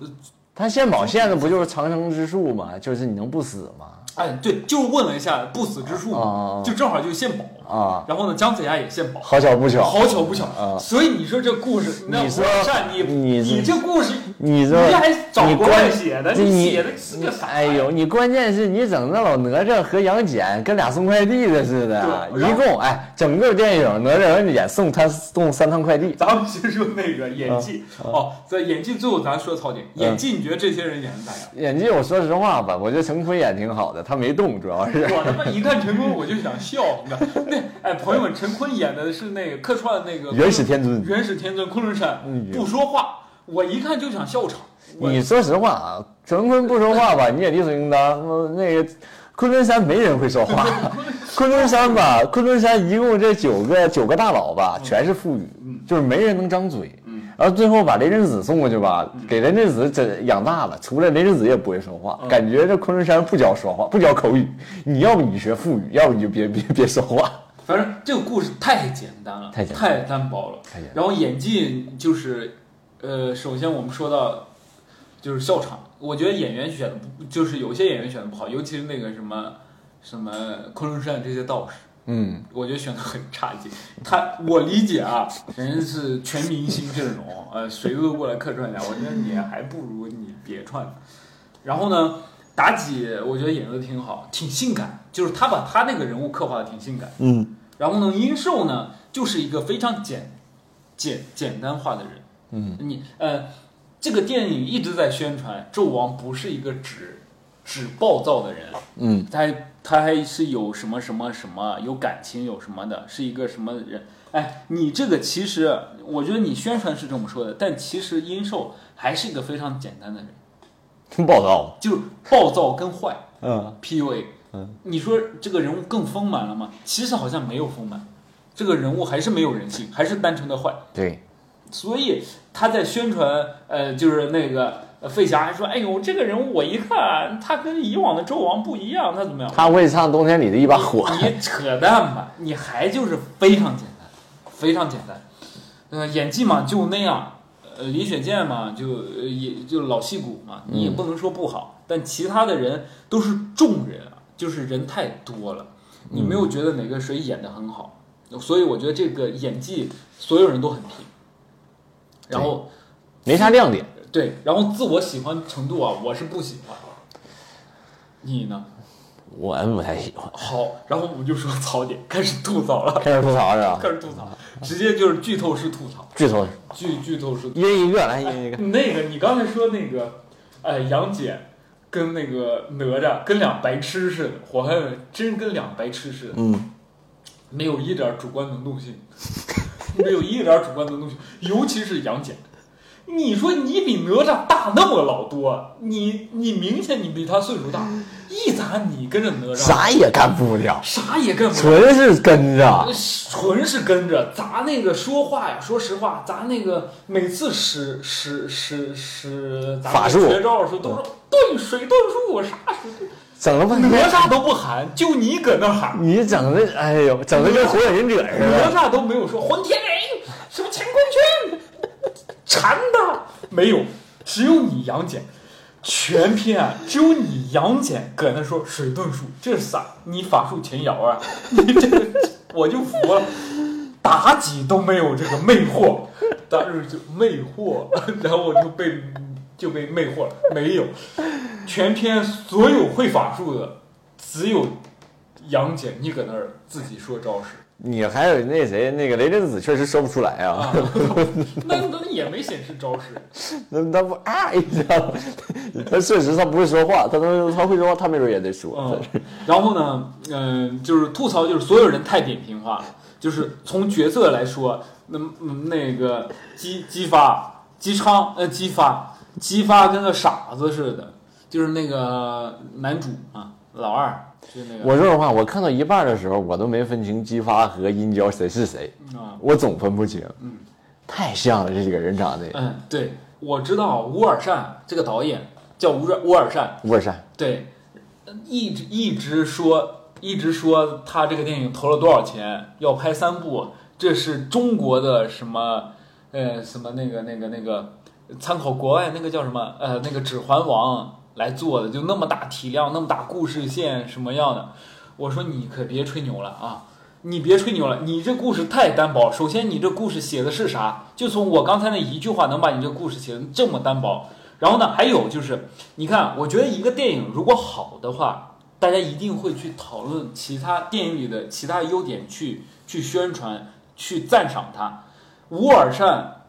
Speaker 2: 他献宝献的不就是长生之术吗？就是你能不死吗？
Speaker 1: 哎，对，就是问了一下不死之术嘛
Speaker 2: 啊，
Speaker 1: 就正好就献宝。
Speaker 2: 啊，
Speaker 1: 然后呢，姜子牙也献宝，
Speaker 2: 好巧不巧，
Speaker 1: 好巧不巧
Speaker 2: 啊
Speaker 1: 所以你说这故事，那
Speaker 2: 你说
Speaker 1: 完善你
Speaker 2: 你
Speaker 1: 你这故事，
Speaker 2: 你这
Speaker 1: 人家还找
Speaker 2: 你
Speaker 1: 国
Speaker 2: 关
Speaker 1: 外写的，
Speaker 2: 这
Speaker 1: 你
Speaker 2: 你
Speaker 1: 写的是个啥呀？
Speaker 2: 哎呦，你关键是你整那老哪吒和杨戬跟俩送快递的似的，
Speaker 1: 对然
Speaker 2: 一
Speaker 1: 后
Speaker 2: 共哎，整个电影哪吒和杨戬送他送三趟快递，
Speaker 1: 咱们先说那个
Speaker 2: 啊
Speaker 1: 演技、哦，在演技最后咱说槽点，
Speaker 2: 嗯
Speaker 1: 演技你觉得这些人演的咋样？
Speaker 2: 演技我说实话吧，我觉得陈坤演挺好的，他没动，主 要是
Speaker 1: 我他妈一看陈坤我就想笑，你知道？那哎，朋友们，陈昆演的是那个客串那个
Speaker 2: 元始天尊。
Speaker 1: 元始天尊昆仑山
Speaker 2: 嗯，
Speaker 1: 不说话，我一看就想笑场。我
Speaker 2: 你说实话啊，陈坤不说话吧，你也理所应当。呃那个昆仑山没人会说 话，昆仑山吧，昆仑山一共这九个九个大佬吧，全是妇女，就是没人能张嘴。然后最后把雷震子送过去吧，给雷震子这养大了，除了雷震子也不会说话，感觉这昆仑山不教说话，不教口语。你要不你学妇语，要不你就别别别说话。
Speaker 1: 反正这个故事太简单了，太
Speaker 2: 太简单
Speaker 1: 单薄了。
Speaker 2: 太简单
Speaker 1: 然后演技就是，呃，首先我们说到就是笑场，我觉得演员选的不就是有些演员选的不好，尤其是那个什么什么昆仑山这些道士，
Speaker 2: 嗯，
Speaker 1: 我觉得选的很差劲。他我理解啊，人家是全明星阵容， 呃，谁都过来客串一下，我觉得你还不如你别串呢。然后呢，妲己我觉得演的挺好，挺性感，就是他把他那个人物刻画的挺性感。
Speaker 2: 嗯。
Speaker 1: 然后呢，殷寿呢就是一个非常简简简单化的人。嗯，你呃，这个电影一直在宣传纣王不是一个只只暴躁的人，
Speaker 2: 嗯，
Speaker 1: 他他还是有什么什么什么有感情有什么的，是一个什么人？哎，你这个其实我觉得你宣传是这么说的，但其实殷寿还是一个非常简单的人，
Speaker 2: 真暴躁。
Speaker 1: 就是暴躁跟坏
Speaker 2: 嗯，
Speaker 1: PUA。嗯，你说这个人物更丰满了吗？其实好像没有丰满，这个人物还是没有人性，还是单纯的坏。
Speaker 2: 对，
Speaker 1: 所以他在宣传，呃，就是那个呃费翔还说：“哎呦，这个人物我一看，他跟以往的纣王不一样，他怎么样？”
Speaker 2: 他会唱《冬天里的一把火》。
Speaker 1: 你扯淡吧，你还就是非常简单，非常简单。嗯、演技嘛就那样，呃，李雪健嘛就呃也就老戏骨嘛，你也不能说不好，但其他的人都是众人啊，就是人太多了，你没有觉得哪个谁演的很好，所以我觉得这个演技所有人都很平，然后
Speaker 2: 没啥亮点。
Speaker 1: 对，然后自我喜欢程度啊，我是不喜欢。你呢？
Speaker 2: 我不太喜欢。
Speaker 1: 好，然后我们就说槽点，开始吐槽了，
Speaker 2: 开始吐槽是吧？
Speaker 1: 开始吐槽，啊直接就是剧透式吐槽，
Speaker 2: 剧透，
Speaker 1: 剧剧透式。
Speaker 2: 一人一个，来一人一个。
Speaker 1: 那个你刚才说那个，呃，杨戬跟那个哪吒跟俩白痴似的，我看真跟俩白痴似的，
Speaker 2: 嗯，
Speaker 1: 没有一点主观能动性， 没有一点主观能动性，尤其是杨戬。你说你比哪吒大那么老多，你你明显你比他岁数大，一咋你跟着哪吒
Speaker 2: 啥也干不了，
Speaker 1: 啥也干不了，
Speaker 2: 纯是跟着。
Speaker 1: 纯是跟着咱那个说话呀，说实话，咱那个每次使使使使咱
Speaker 2: 法
Speaker 1: 们
Speaker 2: 术
Speaker 1: 绝招的时候，都是对水遁术啥水
Speaker 2: 整了半
Speaker 1: 遁，哪
Speaker 2: 天，
Speaker 1: 吒都不喊，就你搁那喊，
Speaker 2: 你整的，哎呦，整的跟火影忍者似
Speaker 1: 哪
Speaker 2: 的。
Speaker 1: 吒都没有说黄天雷什么乾坤圈，禅的没有，只有你杨戬，全篇啊，只有你杨戬搁那说水遁术，这是啥？你法术前摇啊，你这个我就服了。妲己都没有这个魅惑，当时就魅惑， 然后我就被就被魅惑了。没有，全篇所有会法术的，只有杨戬你搁那儿自己说招式，
Speaker 2: 你还有那谁，那个雷震子确实说不出来
Speaker 1: 啊
Speaker 2: 啊，，
Speaker 1: 那那也没显示招式，
Speaker 2: 那他不啊一下， 他确实他不会说话，他都他会说话，他没准也得说
Speaker 1: 嗯。，然后呢，嗯、就是吐槽，就是所有人太扁平化了，就是从角色来说，那嗯那个姬姬发、姬昌，呃，姬发，姬发跟个傻子似的，就是那个男主啊，老二，就是那个
Speaker 2: 我说实话，我看到一半的时候，我都没分清姬发和殷郊谁是谁，
Speaker 1: 啊，
Speaker 2: 我总分不清。
Speaker 1: 嗯，
Speaker 2: 太像了，这几个人长得。
Speaker 1: 嗯，对，我知道乌尔善这个导演叫乌尔乌尔善，
Speaker 2: 乌尔善，
Speaker 1: 对，一直一直说，一直说他这个电影投了多少钱，要拍三部，这是中国的什么，呃，什么那个那个那个，参考国外那个叫什么，呃，那个《指环王》来做的，就那么大体量，那么大故事线什么样的？我说你可别吹牛了啊！你别吹牛了，你这故事太单薄。首先，你这故事写的是啥？就从我刚才那一句话，能把你这故事写的这么单薄。然后呢，还有就是，你看，我觉得一个电影如果好的话，大家一定会去讨论其他电影里的其他优点去，去宣传、去赞赏它。乌尔善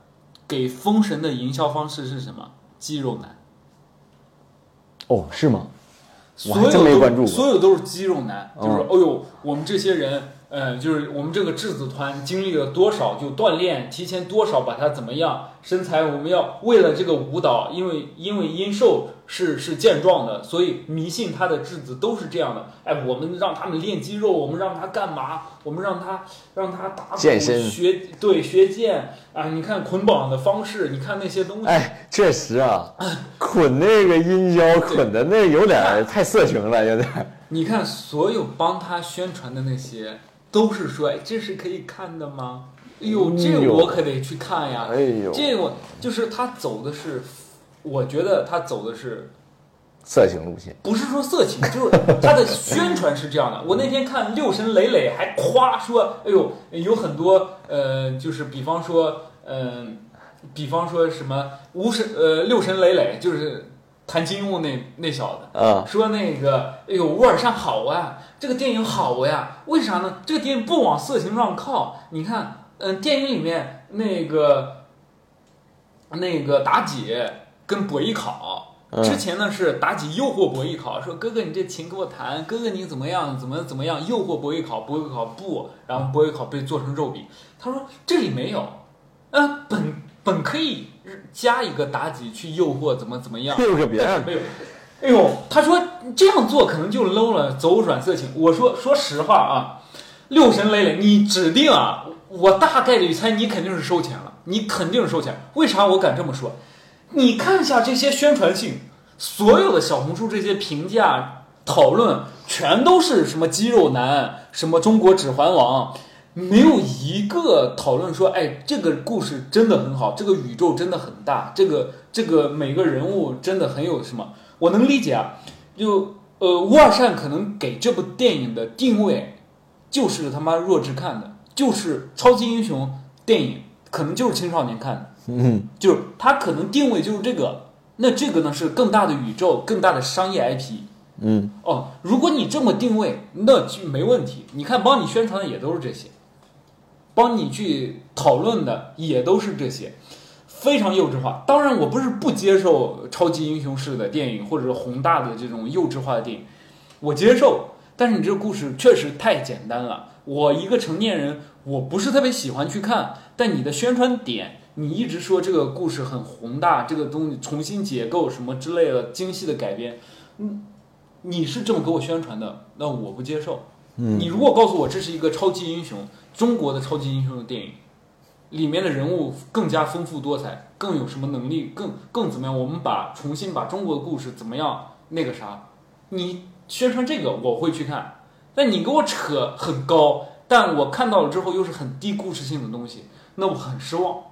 Speaker 1: 给《封神》的营销方式是什么？肌肉男，
Speaker 2: 哦，是吗？
Speaker 1: 所
Speaker 2: 我还
Speaker 1: 有
Speaker 2: 真没
Speaker 1: 都
Speaker 2: 关注过
Speaker 1: 所有都是肌肉男，
Speaker 2: 嗯
Speaker 1: 就是哦呦，我们这些人，呃，就是我们这个质子团经历了多少，就锻炼，提前多少把它怎么样，身材我们要为了这个舞蹈，因为因为殷寿是是健壮的，所以迷信他的质子都是这样的。哎，我们让他们练肌肉，我们让他干嘛？我们让他让他打鼓
Speaker 2: 健身
Speaker 1: 学对学健啊！你看捆绑的方式，你看那些东西，
Speaker 2: 哎，确实啊，捆那个殷郊捆的那有点儿太色情了，有点儿。
Speaker 1: 你看，所有帮他宣传的那些，都是说，哎，这是可以看的吗？哎呦，
Speaker 2: 嗯
Speaker 1: 这
Speaker 2: 有
Speaker 1: 我可得去看呀！
Speaker 2: 哎呦，
Speaker 1: 这我就是他走的是，我觉得他走的是
Speaker 2: 色情路线。
Speaker 1: 不是说色情，就是他的宣传是这样的。我那天看六神磊磊还夸说，哎呦，有很多呃，就是比方说，嗯、比方说什么无神呃六神磊磊就是谭金庸那那小子，
Speaker 2: 啊，
Speaker 1: 说那个，哎呦，乌尔善好啊，这个电影好呀、为啥呢？这个电影不往色情上靠。你看，嗯、电影里面那个那个妲己跟博弈考，
Speaker 2: 嗯
Speaker 1: 之前呢是妲己诱惑博弈考，说哥哥你这琴给我弹，哥哥你怎么样怎么怎么样，诱惑博弈考，博弈考不，然后博弈考被做成肉饼。他说这里没有，呃，本本可以加一个妲己去诱惑怎么怎么样。
Speaker 2: 又个别啊
Speaker 1: 但
Speaker 2: 让
Speaker 1: 是没有。哎呦，他说这样做可能就 low 了，走软色情。我说说实话啊，六神磊磊，你指定啊，我大概率猜你肯定是收钱了，你肯定是收钱。为啥我敢这么说？你看一下这些宣传性，所有的小红书这些评价讨论，全都是什么肌肉男，什么中国指环王，没有一个讨论说，哎，这个故事真的很好，这个宇宙真的很大，这个这个每个人物真的很有什么，我能理解啊。就呃，乌尔善可能给这部电影的定位就是他妈弱智看的，就是超级英雄电影，可能就是青少年看的。
Speaker 2: 嗯，
Speaker 1: 就是它可能定位就是这个，那这个呢是更大的宇宙、更大的商业 IP。
Speaker 2: 嗯，
Speaker 1: 哦，如果你这么定位，那就没问题。你看，帮你宣传的也都是这些，帮你去讨论的也都是这些，非常幼稚化。当然，我不是不接受超级英雄式的电影或者宏大的这种幼稚化的电影，我接受。但是你这个故事确实太简单了，我一个成年人，我不是特别喜欢去看。但你的宣传点，你一直说这个故事很宏大，这个东西重新结构什么之类的，精细的改编，你是这么给我宣传的，那我不接受。
Speaker 2: 嗯
Speaker 1: 你如果告诉我这是一个超级英雄，中国的超级英雄的电影，里面的人物更加丰富多彩，更有什么能力，更更怎么样？我们把重新把中国的故事怎么样那个啥，你宣传这个我会去看，但你给我扯很高，但我看到了之后又是很低故事性的东西，那我很失望。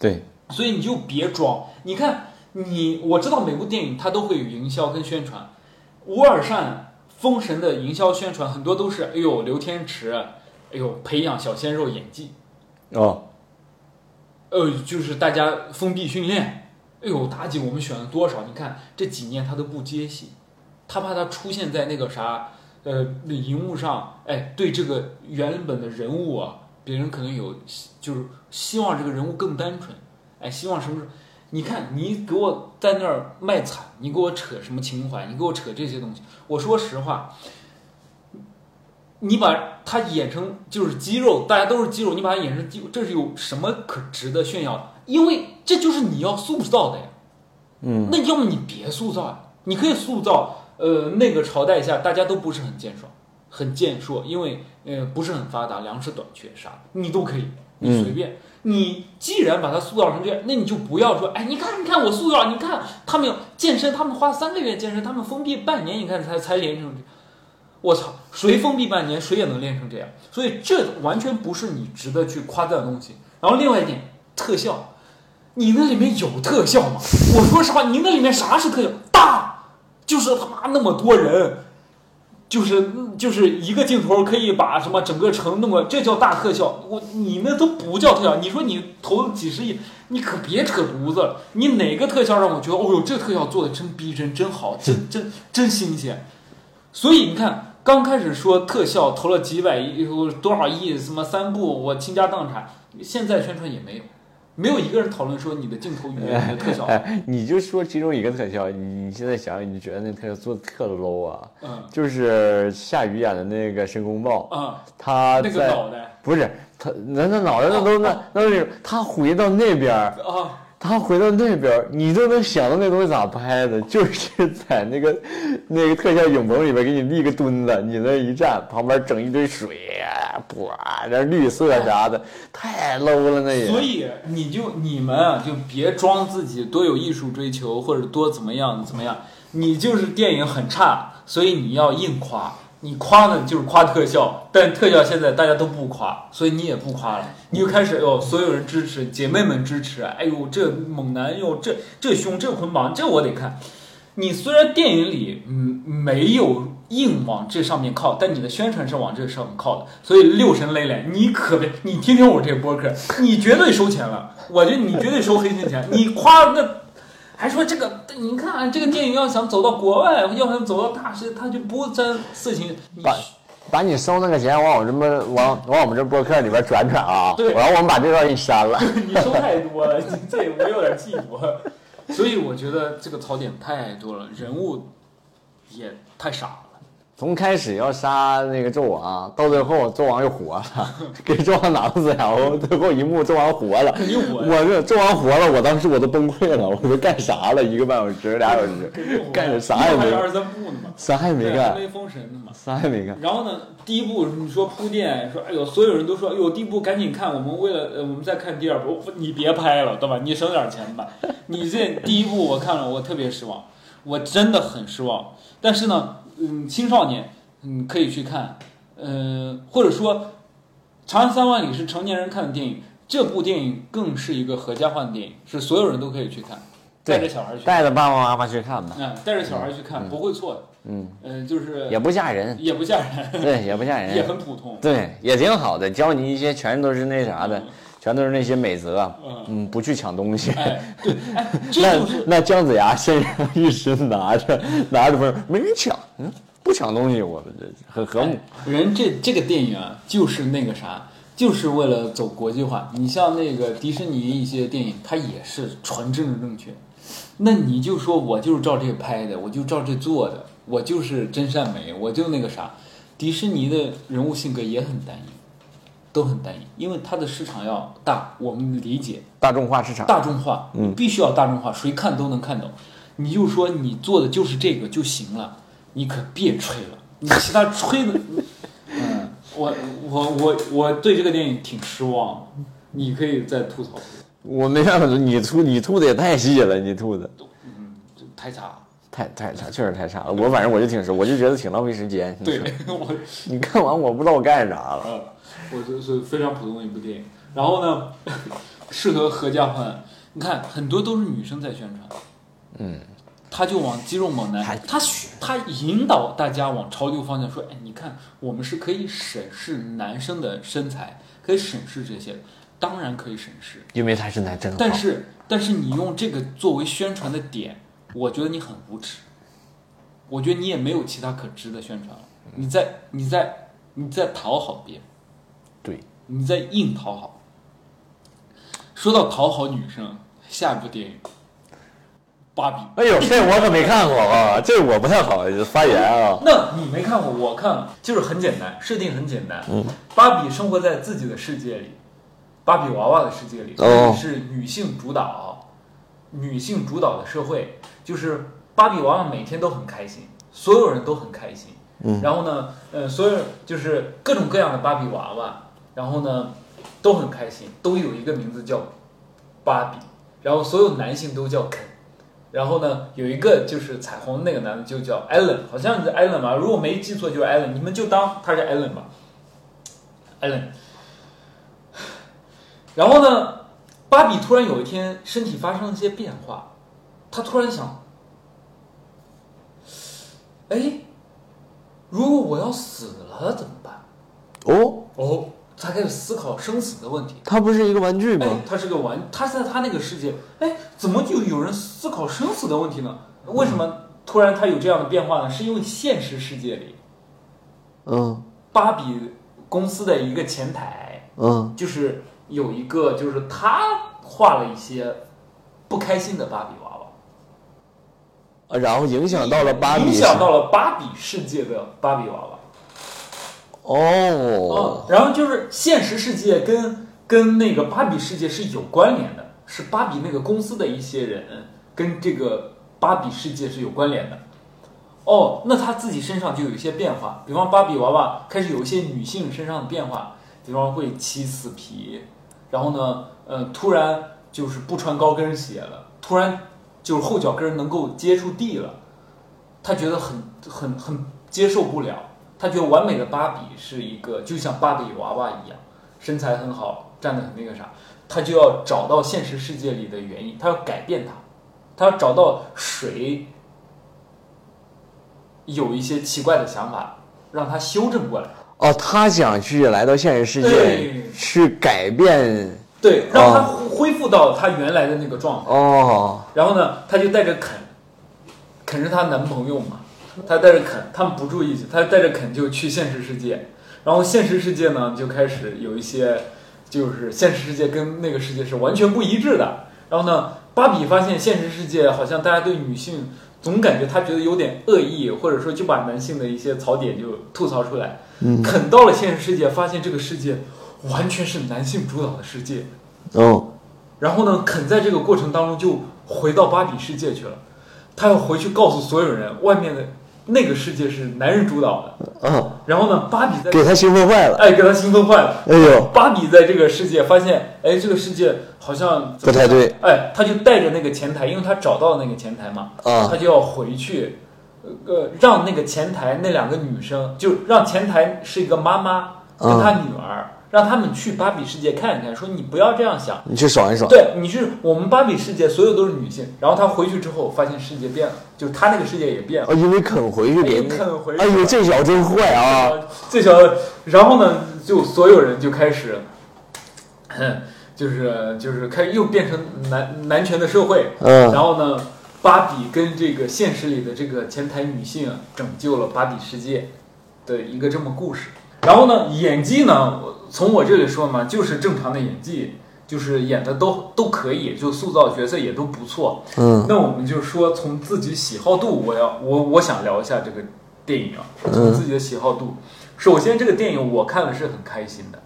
Speaker 2: 对，
Speaker 1: 所以你就别装。你看，你我知道每部电影它都会有营销跟宣传，乌尔善《封神》的营销宣传很多都是，哎呦，刘天池，哎呦，培养小鲜肉演技，
Speaker 2: 哦，
Speaker 1: 呃，就是大家封闭训练，哎呦，妲己我们选了多少？你看这几年他都不接戏，他怕他出现在那个啥，呃，荧幕上，哎，对这个原本的人物啊，别人可能有就是希望这个人物更单纯，哎，希望什么时候？你看你给我在那儿卖惨，你给我扯什么情怀，你给我扯这些东西，我说实话，你把它演成就是肌肉，大家都是肌肉，你把它演成肌肉，这是有什么可值得炫耀的？因为这就是你要塑造的呀。
Speaker 2: 嗯，
Speaker 1: 那要么你别塑造呀，你可以塑造，呃，那个朝代下大家都不是很健爽，很健硕，因为呃不是很发达，粮食短缺啥的，你都可以，你随便。你既然把它塑造成这样，那你就不要说，哎，你看，你看我塑造，你看他们健身，他们花三个月健身，他们封闭半年，你看才才练成这样。我操，谁封闭半年，谁也能练成这样，所以这完全不是你值得去夸赞的东西。然后另外一点，特效，你那里面有特效吗？我说实话，你那里面啥是特效？大，就是他妈那么多人，就是就是一个镜头可以把什么整个城弄个，这叫大特效。我你那都不叫特效。你说你投了几十亿，你可别扯犊子了。你哪个特效让我觉得，哦呦，这特效做的真逼真，真好，真真真新鲜。所以你看，刚开始说特效投了几百亿，多少亿，什么三部我倾家荡产，现在宣传也没有。没有一个人讨论说你的镜头语言、你的 特效，
Speaker 2: 哎，你就说其中一个特效，你你现在想，你就觉得那特效做的特 low 啊，
Speaker 1: 嗯
Speaker 2: 就是夏雨演的那个申公豹，
Speaker 1: 啊，
Speaker 2: 他
Speaker 1: 那个
Speaker 2: 在
Speaker 1: 脑袋
Speaker 2: 不是他那那脑袋那都那那是他回到那边儿，
Speaker 1: 啊，
Speaker 2: 他回到那边儿，你都能想到那东西咋拍的，就是在那个 那个特效影棚里边给你立个墩子，你那一站，旁边整一堆水啊，啵，那绿色啥的，太 low 了那也。
Speaker 1: 所以你就你们啊，就别装自己多有艺术追求或者多怎么样怎么样，你就是电影很差，所以你要硬夸，你夸呢就是夸特效，但特效现在大家都不夸，所以你也不夸了，你就开始哦，所有人支持，姐妹们支持，哎呦这猛男哟，这这胸这捆绑这我得看，你虽然电影里嗯没有硬往这上面靠，但你的宣传是往这上面靠的，所以六神磊磊，你可别，你听听我这播客，你绝对收钱了，我觉得你绝对收黑心钱，你夸那。还说这个，你看啊这个电影要想走到国外，要想走到大师，他就不沾事情。你
Speaker 2: 把把你收那个钱往我这么往往我们这播客里边转转啊，
Speaker 1: 对
Speaker 2: 然后我们把这段给你删了。
Speaker 1: 你收太多了，你这我有点嫉妒。 所以我觉得这个槽点太多了，人物也太傻了。
Speaker 2: 从开始要杀那个纣王，到最后纣王又活了， 给纣王囊死然后最后一幕纣王活了，
Speaker 1: 肯定活呀
Speaker 2: 我这纣王活了，我当时我都崩溃了，我都干啥了？一个半小时、俩小
Speaker 1: 嗯
Speaker 2: 时，干点啥也
Speaker 1: 还
Speaker 2: 没
Speaker 1: 有
Speaker 2: 有，
Speaker 1: 啊二三部呢嘛，
Speaker 2: 啥也没
Speaker 1: 对还
Speaker 2: 干，
Speaker 1: 没封神呢嘛。
Speaker 2: 啥也没干。
Speaker 1: 然后呢，第一部你说铺垫，说哎呦，所有人都说哎呦，第一部赶紧看，我们为了呃，我们再看第二部，你别拍了，对吧？你省点钱 吧。你这第一部我看了，我特别失望，我真的很失望。但是呢，嗯，青少年嗯可以去看，呃，或者说《长安三万里》是成年人看的电影，这部电影更是一个合家欢的电影，是所有人都可以去看，带着小孩去看，
Speaker 2: 带着爸爸妈妈去看吧，
Speaker 1: 嗯，带着小孩去看、不会错的，
Speaker 2: 嗯，
Speaker 1: 呃，就是
Speaker 2: 也不吓人，
Speaker 1: 也不吓人，
Speaker 2: 对，也不吓人，
Speaker 1: 也很普通。
Speaker 2: 对，也挺好的，教你一些全都是那啥的
Speaker 1: 嗯，
Speaker 2: 全都是那些美则，
Speaker 1: 嗯
Speaker 2: 嗯，不去抢东西。
Speaker 1: 哎，对，哎，这
Speaker 2: 那
Speaker 1: 就是
Speaker 2: 那姜子牙身上一直拿着拿着不是没人抢，嗯，不抢东西，我们这很和睦。
Speaker 1: 哎人这这个电影啊，就是那个啥，就是为了走国际化。你像那个迪士尼一些电影，它也是纯政治正确。那你就说我就是照这个拍的，我就照这做的，我就是真善美，我就那个啥。迪士尼的人物性格也很单一，都很单一，因为它的市场要大，我们理解。
Speaker 2: 大众化市场，
Speaker 1: 大众化，你必须要大众化，谁看都能看懂。你就说你做的就是这个就行了，你可别吹了，你其他吹的， 嗯，我我我我对这个电影挺失望的，你可以再吐槽，
Speaker 2: 我没办法，你吐你吐的也太细了，你吐的
Speaker 1: 就太差了。
Speaker 2: 太太差，确实太差了。我反正我就挺我就觉得挺浪费时间。你
Speaker 1: 对
Speaker 2: 说，
Speaker 1: 我
Speaker 2: 你看完我不知道我干啥了。
Speaker 1: 呃，我就是非常普通的一部电影。然后呢，适合合家欢。你看，很多都是女生在宣传，嗯，他就往肌肉猛男，他需他引导大家往潮流方向说，哎，你看，我们是可以审视男生的身材，可以审视这些的，当然可以审视，
Speaker 2: 因为他身材真好，
Speaker 1: 但是但是你用这个作为宣传的点，我觉得你很无耻，我觉得你也没有其他可值得宣传了。你在你在你在讨好别人，
Speaker 2: 对，
Speaker 1: 你在硬讨好。说到讨好女生，下一部电影《芭比》，
Speaker 2: 哎呦，这我可没看过啊，这我不太好发言啊。
Speaker 1: 那你没看过，我看了，就是很简单，设定很简单。
Speaker 2: 嗯，
Speaker 1: 芭比生活在自己的世界里，芭比娃娃的世界里，
Speaker 2: 哦
Speaker 1: 是女性主导，女性主导的社会，就是芭比娃娃每天都很开心，所有人都很开心。
Speaker 2: 嗯
Speaker 1: 然后呢，呃，所有就是各种各样的芭比娃娃，然后呢，都很开心，都有一个名字叫芭比，然后所有男性都叫肯，然后呢，有一个就是彩虹那个男的就叫 Allen，好像是 Allen 吧，如果没记错就是 Allen，你们就当他是 Allen 吧，Allen。然后呢，芭比突然有一天身体发生了一些变化，她突然想，哎，如果我要死了怎么办？
Speaker 2: 哦，
Speaker 1: 哦，她开始思考生死的问题。
Speaker 2: 它不是一个玩具
Speaker 1: 哎，？他是个玩，他在他那个世界，哎，怎么就有人思考生死的问题呢？为什么突然他有这样的变化呢？是因为现实世界里，
Speaker 2: 嗯
Speaker 1: 芭比公司的一个前台，
Speaker 2: 嗯
Speaker 1: 就是有一个，就是他画了一些不开心的芭比娃娃，
Speaker 2: 啊然后影响到了芭比，
Speaker 1: 影响到了芭比世界的芭比娃娃。
Speaker 2: 哦
Speaker 1: 哦，，然后就是现实世界跟跟那个芭比世界是有关联的，是芭比那个公司的一些人跟这个芭比世界是有关联的。哦，那他自己身上就有一些变化，比方芭比娃娃开始有一些女性身上的变化，比方会起死皮，然后呢，呃，突然就是不穿高跟鞋了，突然就是后脚跟能够接触地了，他觉得很很很接受不了，他觉得完美的芭比是一个就像芭比娃娃一样，身材很好，站得很那个啥，他就要找到现实世界里的原因，他要改变它，他要找到谁有一些奇怪的想法，让他修正过来，
Speaker 2: 哦，他想去来到现实世界
Speaker 1: 对
Speaker 2: 去改变，
Speaker 1: 对，让他恢复到他原来的那个状态。
Speaker 2: 哦
Speaker 1: 然后呢，她就带着肯，肯是她男朋友嘛，她带着肯，他们不住一起，她带着肯就去现实世界，然后现实世界呢就开始有一些，就是现实世界跟那个世界是完全不一致的。然后呢，芭比发现现实世界好像大家对女性总感觉她觉得有点恶意，或者说就把男性的一些槽点就吐槽出来。
Speaker 2: 嗯
Speaker 1: 肯到了现实世界，发现这个世界完全是男性主导的世界。
Speaker 2: 哦，
Speaker 1: 然后呢，肯在这个过程当中就回到芭比世界去了，他要回去告诉所有人，外面的那个世界是男人主导的。
Speaker 2: 嗯，
Speaker 1: 然后呢，芭比在
Speaker 2: 给他兴奋坏了，
Speaker 1: 哎给他兴奋坏了。
Speaker 2: 哎呦，
Speaker 1: 芭比在这个世界发现，哎，这个世界好像
Speaker 2: 不太对
Speaker 1: 哎，他就带着那个前台，因为他找到那个前台嘛，
Speaker 2: 啊
Speaker 1: 他就要回去，呃，让那个前台那两个女生，就让前台是一个妈妈跟
Speaker 2: 啊
Speaker 1: 她女儿，让他们去芭比世界看一看，说你不要这样想，
Speaker 2: 你去爽一爽，
Speaker 1: 对，你是我们芭比世界所有都是女性，然后她回去之后发现世界变了，就是她那个世界也变了，
Speaker 2: 哦，因为肯回去给
Speaker 1: 哎，肯回去
Speaker 2: 哎呦，这小子真坏啊！
Speaker 1: 最小的，然后呢，就所有人就开始， 哼就是就是开又变成男男权的社会，
Speaker 2: 嗯
Speaker 1: 然后呢，芭比跟这个现实里的这个前台女性拯救了芭比世界的一个这么故事。然后呢，演技呢，我从我这里说嘛，就是正常的演技，就是演的都都可以，就塑造角色也都不错。
Speaker 2: 嗯
Speaker 1: 那我们就说从自己喜好度，我要我我想聊一下这个电影啊，从自己的喜好度。首先，这个电影我看了是很开心的，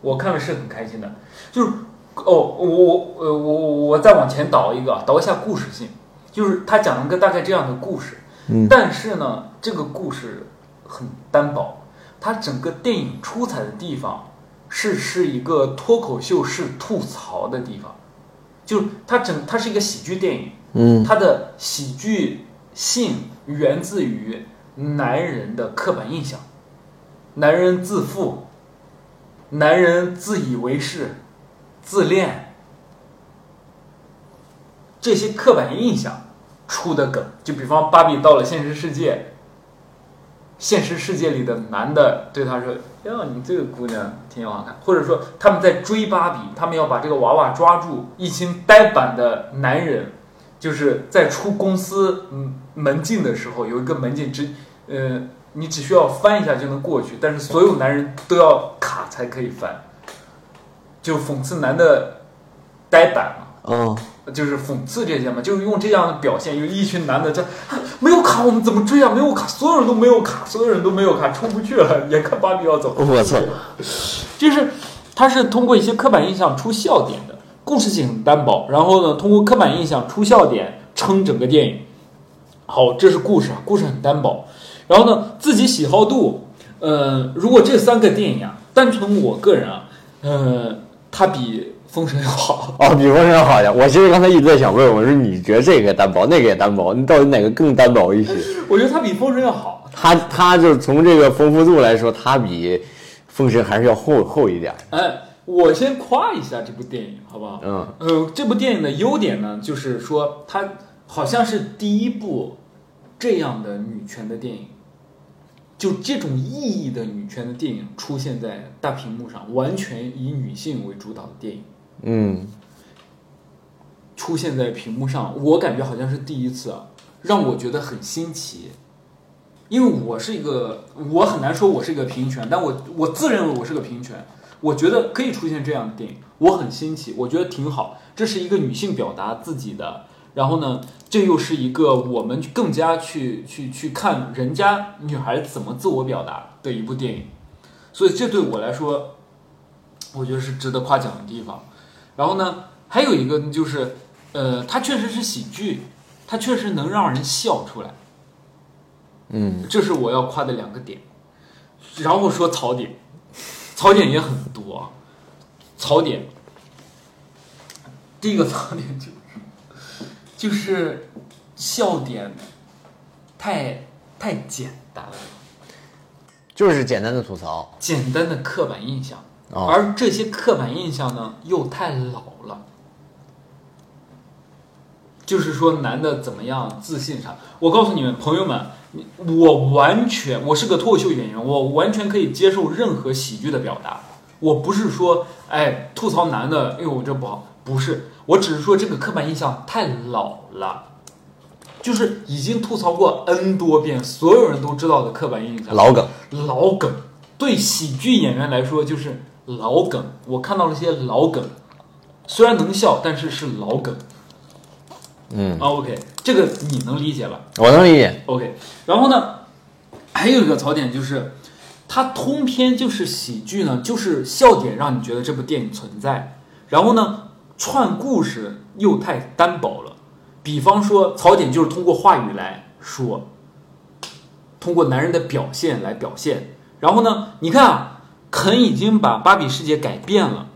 Speaker 1: 我看了是很开心的，就是哦，我我呃我我我再往前倒一个啊，倒一下故事性，就是他讲了个大概这样的故事，
Speaker 2: 嗯
Speaker 1: 但是呢，这个故事很单薄，它整个电影出彩的地方是是一个脱口秀式吐槽的地方，就是它整它是一个喜剧电影，
Speaker 2: 嗯
Speaker 1: 它的喜剧性源自于男人的刻板印象，男人自负，男人自以为是，自恋，这些刻板印象出的梗，就比方芭比到了现实世界，现实世界里的男的对她说：“哟，你这个姑娘挺好看。”或者说他们在追芭比，他们要把这个娃娃抓住，一群呆板的男人。就是在出公司嗯门禁的时候，有一个门禁直呃你只需要翻一下就能过去，但是所有男人都要卡才可以翻，就讽刺男的呆板嘛，
Speaker 2: 嗯，
Speaker 1: 就是讽刺这些嘛，就是用这样的表现，有一群男的这啊没有卡我们怎么追啊？没有卡，所有人都没有卡，所有人都没有卡，冲不去了，眼看芭比要走，
Speaker 2: 我操，
Speaker 1: 就是他是通过一些刻板印象出笑点的，故事性单薄，然后呢，通过刻板印象出笑点撑整个电影。好，这是故事，啊，故事很单薄。然后呢，自己喜好度，呃，如果这三个电影啊，单纯我个人啊，呃，它比《封神》要好。
Speaker 2: 哦，比封神好呀！我其实刚才一直在想问，我说你觉得这个单薄，那个也单薄，你到底哪个更单薄一些？
Speaker 1: 我觉得它比《封神》要好。
Speaker 2: 它它就是从这个丰富度来说，它比封神还是要厚厚一点儿。
Speaker 1: 哎，我先夸一下这部电影，好不好？
Speaker 2: 嗯，
Speaker 1: 呃，这部电影的优点呢，就是说它好像是第一部这样的女权的电影，就这种意义的女权的电影出现在大屏幕上，完全以女性为主导的电影
Speaker 2: 嗯，
Speaker 1: 出现在屏幕上，我感觉好像是第一次啊，让我觉得很新奇。因为我是一个，我很难说我是一个平权，但我我自认为我是个平权，我觉得可以出现这样的电影，我很新奇，我觉得挺好。这是一个女性表达自己的，然后呢，这又是一个我们更加去去去看人家女孩怎么自我表达的一部电影，所以这对我来说，我觉得是值得夸奖的地方。然后呢，还有一个就是，呃，它确实是喜剧，它确实能让人笑出来。
Speaker 2: 嗯，
Speaker 1: 这是我要夸的两个点。然后说槽点，槽点也很多啊。槽点，第一个槽点就是就是笑点太太简单了，
Speaker 2: 就是简单的吐槽。
Speaker 1: 简单的刻板印象，
Speaker 2: 哦
Speaker 1: 而这些刻板印象呢又太老了。就是说男的怎么样自信啥？我告诉你们，朋友们，你我完全我是个脱口秀演员，我完全可以接受任何喜剧的表达。我不是说哎吐槽男的，哎呦这不好，不是，我只是说这个刻板印象太老了，就是已经吐槽过 n 多遍，所有人都知道的刻板印象。
Speaker 2: 老梗，
Speaker 1: 老梗，对喜剧演员来说就是老梗。我看到了一些老梗，虽然能笑，但是是老梗
Speaker 2: 嗯，
Speaker 1: 啊。OK，这个你能理解吧？
Speaker 2: 我能理解。
Speaker 1: OK，然后呢，还有一个槽点就是，它通篇就是喜剧呢，就是笑点让你觉得这部电影存在，然后呢，串故事又太单薄了。比方说，槽点就是通过话语来说，通过男人的表现来表现。然后呢，你看啊，肯已经把芭比世界改变了，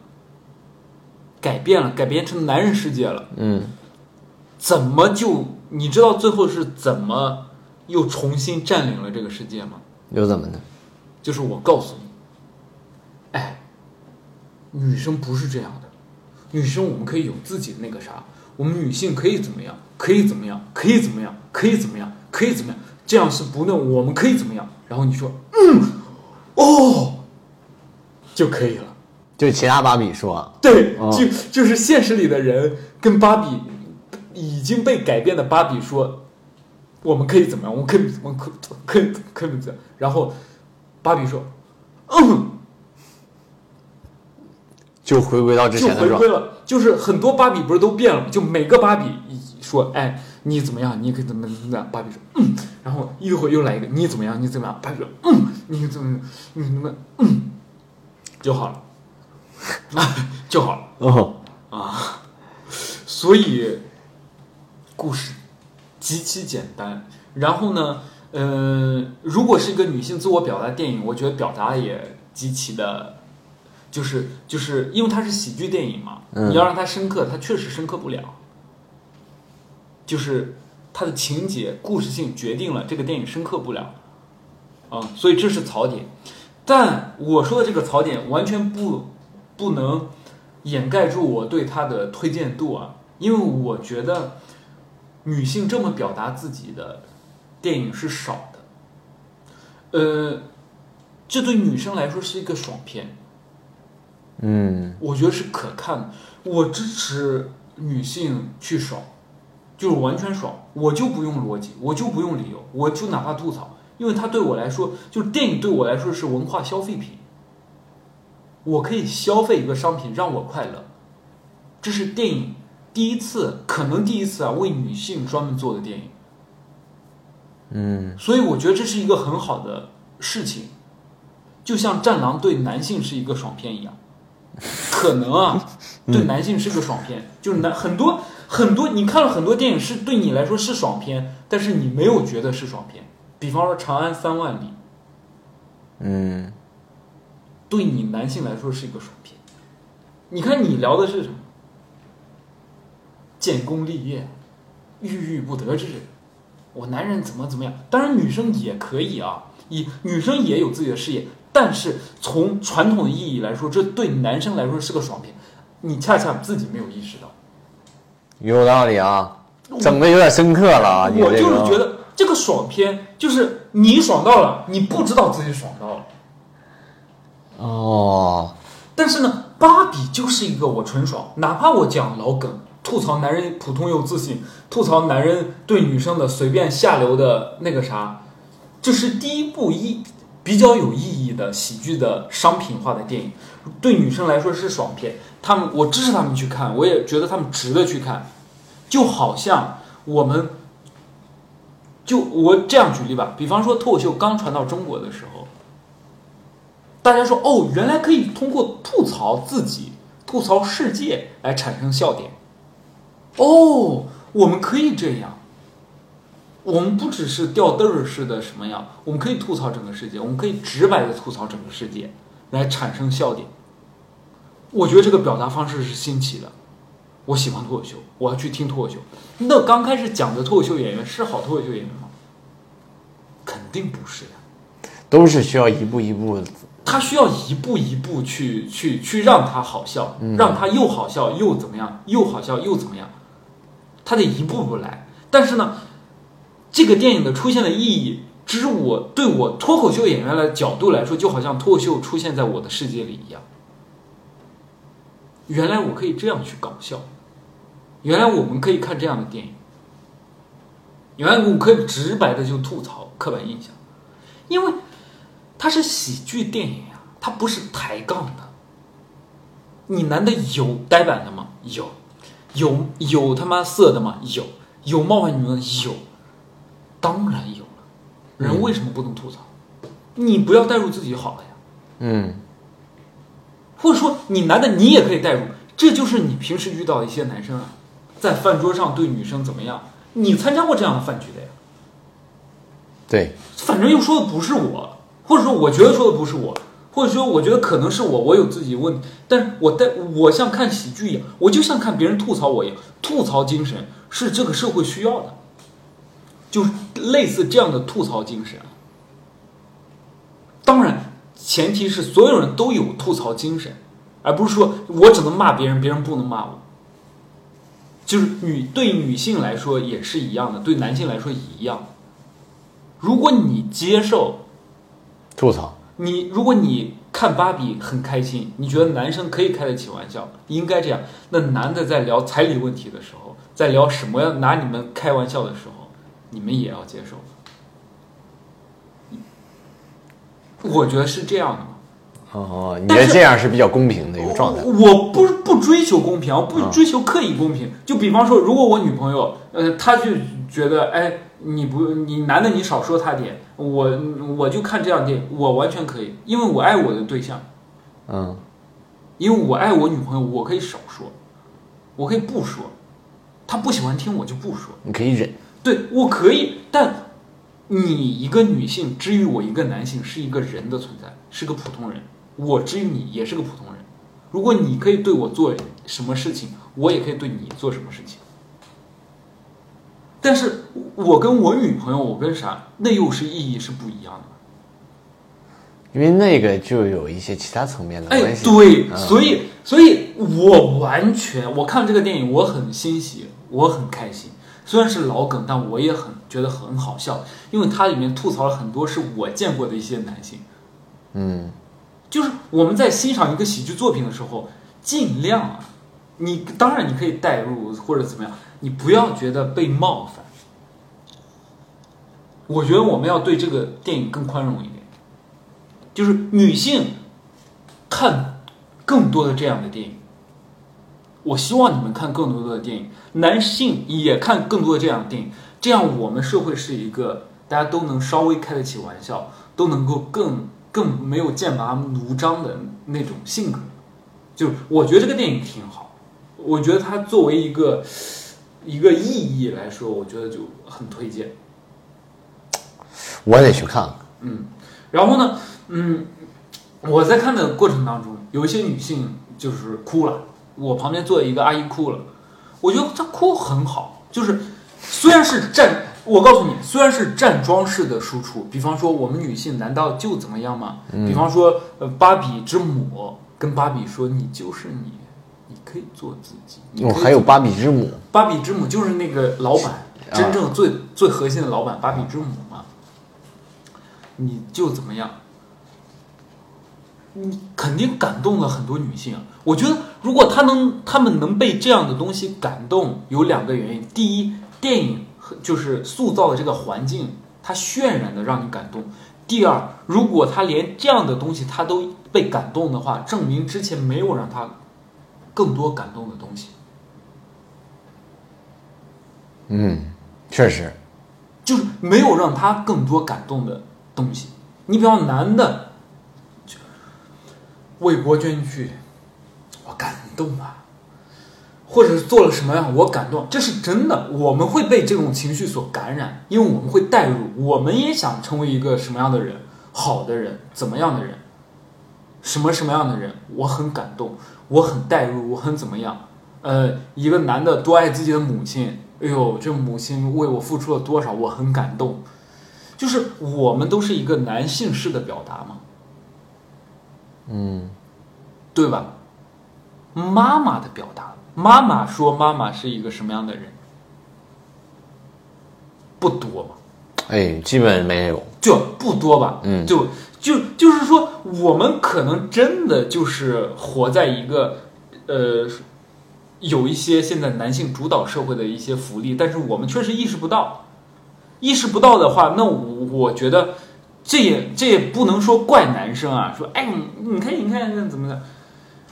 Speaker 1: 改变了，改变成男人世界了。
Speaker 2: 嗯，
Speaker 1: 怎么就你知道最后是怎么又重新占领了这个世界吗？
Speaker 2: 又怎么呢？
Speaker 1: 就是我告诉你，哎，女生不是这样的，女生我们可以有自己的那个啥，我们女性可以怎么样，可以怎么样，可以怎么样，可以怎么样，可以怎么样，这样是不弄，我们可以怎么样？然后你说，嗯，哦，就可以了。
Speaker 2: 就其他芭比说，
Speaker 1: 对，
Speaker 2: 哦
Speaker 1: 就就是现实里的人跟芭比已经被改变的芭比说，我们可以怎么样？我们可以，我们可可以可以怎么样？然后芭比说，嗯，
Speaker 2: 就回归到之
Speaker 1: 就
Speaker 2: 前的
Speaker 1: 回
Speaker 2: 状
Speaker 1: 归了。就是很多芭比不是都变了吗？就每个芭比说，哎，你怎么样？你可以怎么怎么样？芭比说，嗯。然后一会儿又来一个，你怎么样？你怎么样？芭比说，嗯，你怎么你怎么嗯，就好了， 就好了。
Speaker 2: 哦，
Speaker 1: 啊，所以故事极其简单。然后呢，呃，如果是一个女性自我表达的电影，我觉得表达也极其的，就是就是因为它是喜剧电影嘛，
Speaker 2: 嗯
Speaker 1: 你要让它深刻，它确实深刻不了。就是它的情节、故事性决定了这个电影深刻不了，啊、所以这是槽点。但我说的这个槽点完全不不能掩盖住我对它的推荐度啊，因为我觉得女性这么表达自己的电影是少的，呃，这对女生来说是一个爽片，
Speaker 2: 嗯，
Speaker 1: 我觉得是可看的，我支持女性去爽，就是完全爽，我就不用逻辑，我就不用理由，我就哪怕吐槽，因为它对我来说，就是电影对我来说是文化消费品。我可以消费一个商品让我快乐，这是电影第一次，可能第一次啊，为女性专门做的电影。
Speaker 2: 嗯，
Speaker 1: 所以我觉得这是一个很好的事情，就像《战狼》对男性是一个爽片一样，可能啊，对男性是个爽片，就是男很多很多，你看了很多电影是对你来说是爽片，但是你没有觉得是爽片。比方说《长安三万里》，
Speaker 2: 嗯，
Speaker 1: 对你男性来说是一个爽片。你看你聊的是什么？建功立业，郁郁不得志，我男人怎么怎么样？当然女生也可以啊，以女生也有自己的事业，但是从传统的意义来说，这对男生来说是个爽片，你恰恰自己没有意识到。
Speaker 2: 有道理啊，整的有点深刻了啊，你
Speaker 1: 我
Speaker 2: 这
Speaker 1: 就是
Speaker 2: 个
Speaker 1: 觉得这个爽片就是你爽到了，你不知道自己爽到了。
Speaker 2: 哦，
Speaker 1: 但是呢，芭比就是一个我纯爽，哪怕我讲老梗，吐槽男人普通又自信，吐槽男人对女生的随便下流的那个啥，这是第一部一比较有意义的喜剧的商品化的电影，对女生来说是爽片。他们，我支持他们去看，我也觉得他们值得去看。就好像我们，就我这样举例吧，比方说脱口秀刚传到中国的时候，大家说哦，原来可以通过吐槽自己、吐槽世界来产生笑点。哦，我们可以这样，我们不只是掉嘚儿似的什么样，我们可以吐槽整个世界，我们可以直白的吐槽整个世界来产生笑点。我觉得这个表达方式是新奇的，我喜欢脱口秀，我要去听脱口秀。那刚开始讲的脱口秀演员是好脱口秀演员吗？肯定不是呀。
Speaker 2: 都是需要一步一步
Speaker 1: 他需要一步一步去去去让他好笑，让他又好笑又怎么样，又好笑又怎么样，他得一步步来。但是呢，这个电影的出现的意义，只是我对我脱口秀演员的角度来说，就好像脱口秀出现在我的世界里一样。原来我可以这样去搞笑，原来我们可以看这样的电影，原来我可以直白的就吐槽刻板印象，因为。它是喜剧电影呀、它不是抬杠的。你男的有呆板的吗？有，有有他妈色的吗？有，有冒犯女的吗有，当然有了。人为什么不能吐槽？你不要带入自己好了呀，
Speaker 2: 嗯
Speaker 1: 或者说你男的你也可以带入，这就是你平时遇到的一些男生啊，在饭桌上对女生怎么样？你参加过这样的饭局的呀？
Speaker 2: 对，
Speaker 1: 反正又说的不是我，或者说我觉得说的不是我，或者说我觉得可能是我，我有自己问题，但是我带我像看喜剧一样，我就像看别人吐槽我一样，吐槽精神是这个社会需要的，就是类似这样的吐槽精神啊。当然，前提是所有人都有吐槽精神，而不是说我只能骂别人，别人不能骂我。就是女对女性来说也是一样的，对男性来说也一样的。如果你接受
Speaker 2: 吐槽，
Speaker 1: 你，如果你看芭比很开心，你觉得男生可以开得起玩笑，应该这样。那男的在聊彩礼问题的时候，在聊什么拿你们开玩笑的时候，你们也要接受。我觉得是这样的。
Speaker 2: 哦，你
Speaker 1: 但
Speaker 2: 觉得
Speaker 1: 是
Speaker 2: 这样是比较公平的一个状态，
Speaker 1: 哦
Speaker 2: 嗯
Speaker 1: 我不不追求公平，我不追求刻意公平。就比方说，如果我女朋友，呃，她就觉得，哎，你不，你男的你少说她点，我我就看这样电影，我完全可以，因为我爱我的对象，
Speaker 2: 嗯
Speaker 1: 因为我爱我女朋友，我可以少说，我可以不说，她不喜欢听我就不说，
Speaker 2: 你可以忍，
Speaker 1: 对我可以，但。你一个女性之于我一个男性是一个人的存在，是个普通人。我之于你也是个普通人。如果你可以对我做什么事情，我也可以对你做什么事情。但是我跟我女朋友，我跟啥，那又是意义是不一样的。
Speaker 2: 因为那个就有一些其他层面的
Speaker 1: 哎
Speaker 2: 关，系。
Speaker 1: 对，
Speaker 2: 嗯
Speaker 1: 所以，所以我完全，我看这个电影，我很欣喜，我很开心。虽然是老梗，但我也很觉得很好笑，因为它里面吐槽了很多是我见过的一些男性。
Speaker 2: 嗯，
Speaker 1: 就是我们在欣赏一个喜剧作品的时候，尽量啊，你当然你可以代入或者怎么样，你不要觉得被冒犯。我觉得我们要对这个电影更宽容一点，就是女性看更多的这样的电影。我希望你们看更多的电影，男性也看更多的这样的电影，这样我们社会是一个大家都能稍微开得起玩笑，都能够更更没有剑拔弩张的那种性格。就是我觉得这个电影挺好，我觉得它作为一个一个意义来说，我觉得就很推荐。
Speaker 2: 我得去看看。
Speaker 1: 嗯，然后呢，嗯，我在看的过程当中，有一些女性就是哭了，我旁边坐一个阿姨哭了，我觉得她哭很好，就是虽然是站，我告诉你，虽然是站桩式的输出，比方说我们女性难道就怎么样吗？
Speaker 2: 嗯
Speaker 1: 比方说，呃，芭比之母跟芭比说：“你就是你，你可以做自己。你可以
Speaker 2: 我
Speaker 1: 做”
Speaker 2: 哦还有芭比之母，
Speaker 1: 芭比之母就是那个老板，
Speaker 2: 啊
Speaker 1: 真正最、最核心的老板芭比之母嘛。你就怎么样？你肯定感动了很多女性啊。我觉得，如果她能，她们能被这样的东西感动，有两个原因：第一，电影和就是塑造的这个环境，它渲染的让你感动；第二，如果她连这样的东西她都被感动的话，证明之前没有让她更多感动的东西。
Speaker 2: 嗯，确实，
Speaker 1: 就是没有让他更多感动的东西。你比方男的，就为国捐躯，我感动啊，或者是做了什么样我感动，这是真的。我们会被这种情绪所感染，因为我们会代入，我们也想成为一个什么样的人，好的人，怎么样的人，什么什么样的人，我很感动，我很代入，我很怎么样。呃，一个男的多爱自己的母亲，哎呦，这母亲为我付出了多少，我很感动。就是我们都是一个男性式的表达嘛，
Speaker 2: 嗯，
Speaker 1: 对吧？妈妈的表达，妈妈说妈妈是一个什么样的人，不多嘛，
Speaker 2: 哎，基本没有，
Speaker 1: 就不多吧，
Speaker 2: 嗯
Speaker 1: 就就就是说，我们可能真的就是活在一个呃，有一些现在男性主导社会的一些福利，但是我们确实意识不到，意识不到的话，那我我觉得这也这也不能说怪男生啊，说哎你你看你看那怎么的，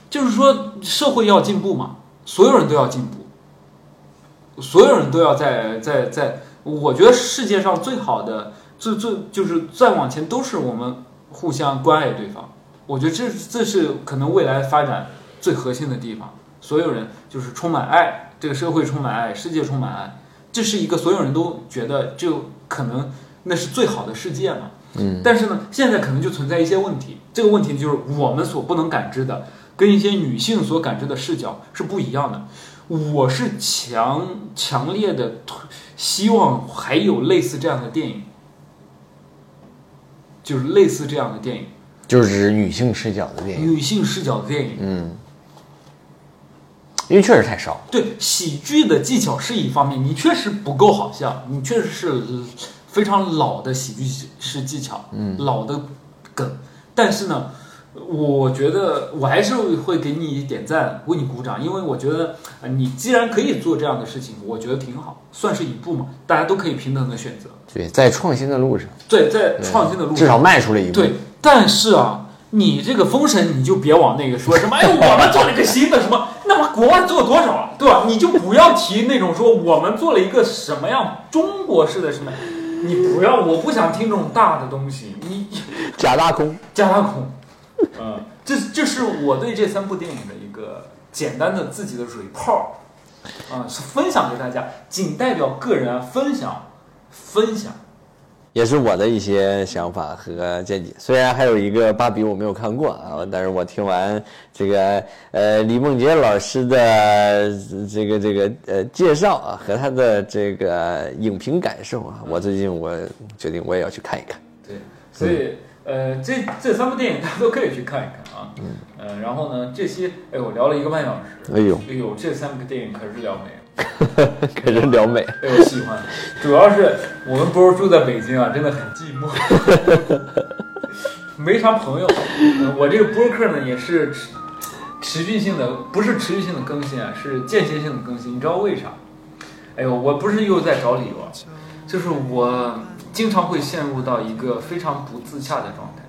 Speaker 1: 就是说社会要进步嘛，所有人都要进步，所有人都要在在在，我觉得世界上最好的。最最就是再往前都是我们互相关爱对方。我觉得这这是可能未来发展最核心的地方。所有人就是充满爱，这个社会充满爱，世界充满爱，这是一个所有人都觉得就可能那是最好的世界嘛。
Speaker 2: 嗯，
Speaker 1: 但是呢，现在可能就存在一些问题，这个问题就是我们所不能感知的，跟一些女性所感知的视角是不一样的。我是强强烈的希望还有类似这样的电影，就是类似这样的电影。
Speaker 2: 就是指女性视角的电影，
Speaker 1: 女性视角的电影。
Speaker 2: 嗯，因为确实太少，
Speaker 1: 对喜剧的技巧是一方面，你确实不够好笑，你确实是非常老的喜剧式技巧，嗯，老的梗。但是呢，我觉得我还是会给你点赞，为你鼓掌，因为我觉得呃你既然可以做这样的事情，我觉得挺好，算是一步嘛，大家都可以平等的选择。
Speaker 2: 对，在创新的路上，
Speaker 1: 对，在
Speaker 2: 对
Speaker 1: 创新的路
Speaker 2: 至
Speaker 1: 上，
Speaker 2: 少迈出了一步，
Speaker 1: 对，但是啊，你这个封神，你就别往那个说什么，哎，我们做了一个新的什么，那么国外做多少啊，对吧？你就不要提那种说我们做了一个什么样中国式的什么，你不要，我不想听这种大的东西，你
Speaker 2: 假大空，
Speaker 1: 加大孔，嗯，这这是我对这三部电影的一个简单的自己的蕊泡，啊、是分享给大家，仅代表个人啊，分享，分享，
Speaker 2: 也是我的一些想法和见解。虽然还有一个芭比我没有看过啊，但是我听完这个呃李梦洁老师的呃这个这个呃介绍啊和他的这个影评感受啊，我最近我决定我也要去看一看。
Speaker 1: 对，所以呃，这这三部电影大家都可以去看一看啊。嗯、呃，然后呢，这期哎，我聊了一个半小时，
Speaker 2: 哎呦，
Speaker 1: 哎呦，这三个电影可是聊没了，
Speaker 2: 可是聊美，
Speaker 1: 哎呦，喜欢。主要是我们不是住在北京啊，真的很寂寞， 没啥朋友。呃我这个播客呢，也是持持续性的，不是持续性的更新啊，是间歇性的更新。你知道为啥？哎呦，我不是又在找理由啊，就是我经常会陷入到一个非常不自洽的状态。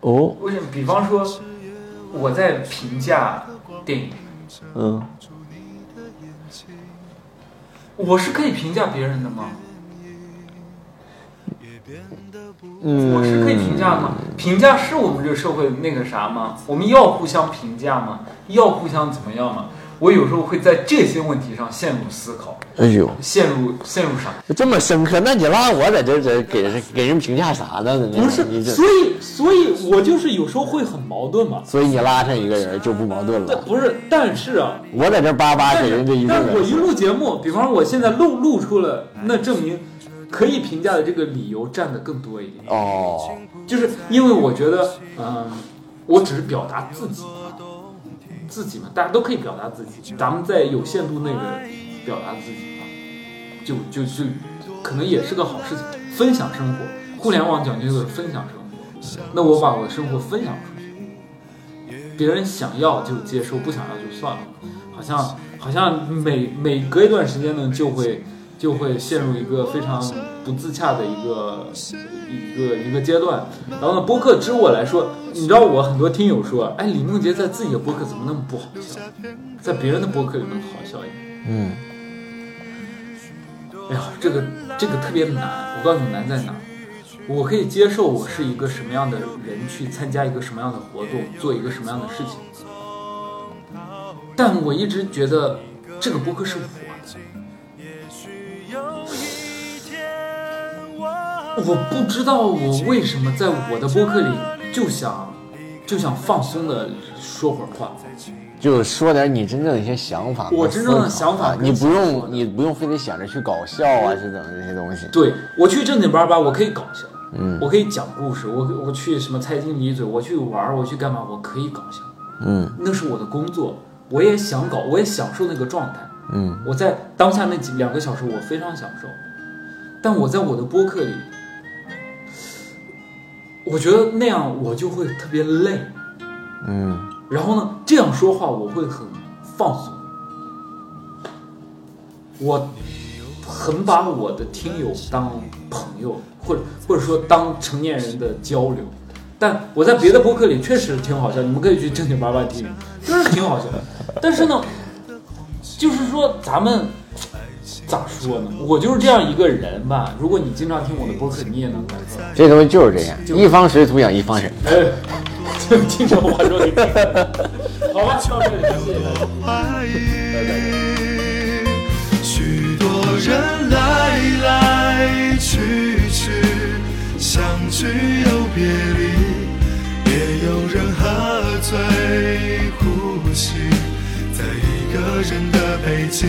Speaker 2: 哦，
Speaker 1: 为什么？比方说，我在评价电影，
Speaker 2: 嗯，
Speaker 1: 我是可以评价别人的吗？
Speaker 2: 嗯
Speaker 1: 我是可以评价吗？评价是我们这个社会那个啥吗？我们要互相评价吗？要互相怎么样吗？我有时候会在这些问题上陷入思考，
Speaker 2: 哎呦，
Speaker 1: 陷入陷入啥？
Speaker 2: 这么深刻，那你拉我在这这给人给人评价啥呢？
Speaker 1: 不
Speaker 2: 你
Speaker 1: 是，
Speaker 2: 这
Speaker 1: 所以所以我就是有时候会很矛盾嘛。
Speaker 2: 所以你拉上一个人就不矛盾
Speaker 1: 但
Speaker 2: 了。
Speaker 1: 不是，但是啊，
Speaker 2: 我在这叭叭
Speaker 1: 但
Speaker 2: 给
Speaker 1: 是
Speaker 2: 人这一个
Speaker 1: 但是我
Speaker 2: 人，嗯
Speaker 1: 一录节目，比方说我现在录录出了，那证明可以评价的这个理由占的更多一点，
Speaker 2: 哦，
Speaker 1: 就是因为我觉得，嗯，我只是表达自己嘛，自己嘛，大家都可以表达自己，咱们在有限度内的表达自己嘛，就就就可能也是个好事情，分享生活，互联网讲究的是分享生活，那我把我的生活分享出去。别人想要就接受，不想要就算了。好像好像每每隔一段时间呢，就会就会陷入一个非常不自洽的一个一个一个阶段。然后呢，播客之我来说，你知道我很多听友说，哎，李梦洁在自己的播客怎么那么不好笑，在别人的播客里能好笑一点？
Speaker 2: 嗯，
Speaker 1: 哎呀，这个这个特别难。我告诉你难在哪儿，我可以接受我是一个什么样的人去参加一个什么样的活动，做一个什么样的事情，但我一直觉得这个播客是我的，我不知道我为什么在我的播客里就想就想放松的说会儿话。
Speaker 2: 就说点你真正的一些想法和思考啊。
Speaker 1: 我真正的想法跟
Speaker 2: 你不
Speaker 1: 自己说的嗯
Speaker 2: 用你不用非得想着去搞笑啊，去怎么这些东西。
Speaker 1: 对我去正经八百，我可以搞笑，
Speaker 2: 嗯
Speaker 1: 我可以讲故事，我我去什么财经理嘴，我去玩儿，我去干嘛，我可以搞笑，
Speaker 2: 嗯
Speaker 1: 那是我的工作，我也想搞，我也享受那个状态。
Speaker 2: 嗯
Speaker 1: 我在当下那几两个小时，我非常享受，但我在我的播客里，我觉得那样我就会特别累，
Speaker 2: 嗯，
Speaker 1: 然后呢，这样说话我会很放松，我很把我的听友当朋友，或者或者说当成年人的交流。但我在别的播客里确实挺好笑，你们可以去正经八百听，就是挺好笑的。但是呢，就是说咱们咋说呢？我就是这样一个人吧。如果你经常听我的播客，你也能感 受到。
Speaker 2: 这东西就是这样，一方水土养一方人。
Speaker 1: 哎， 就听着我说你，好吧，到这里， 谢谢大家。
Speaker 3: 怀疑，许多人来来去去，相聚又别离，也有人喝醉呼吸，在一个人的北京，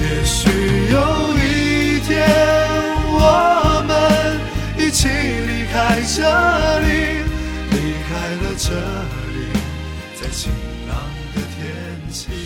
Speaker 3: 也许有一天，我们一起离开这里，离开了这里，在晴朗的天气。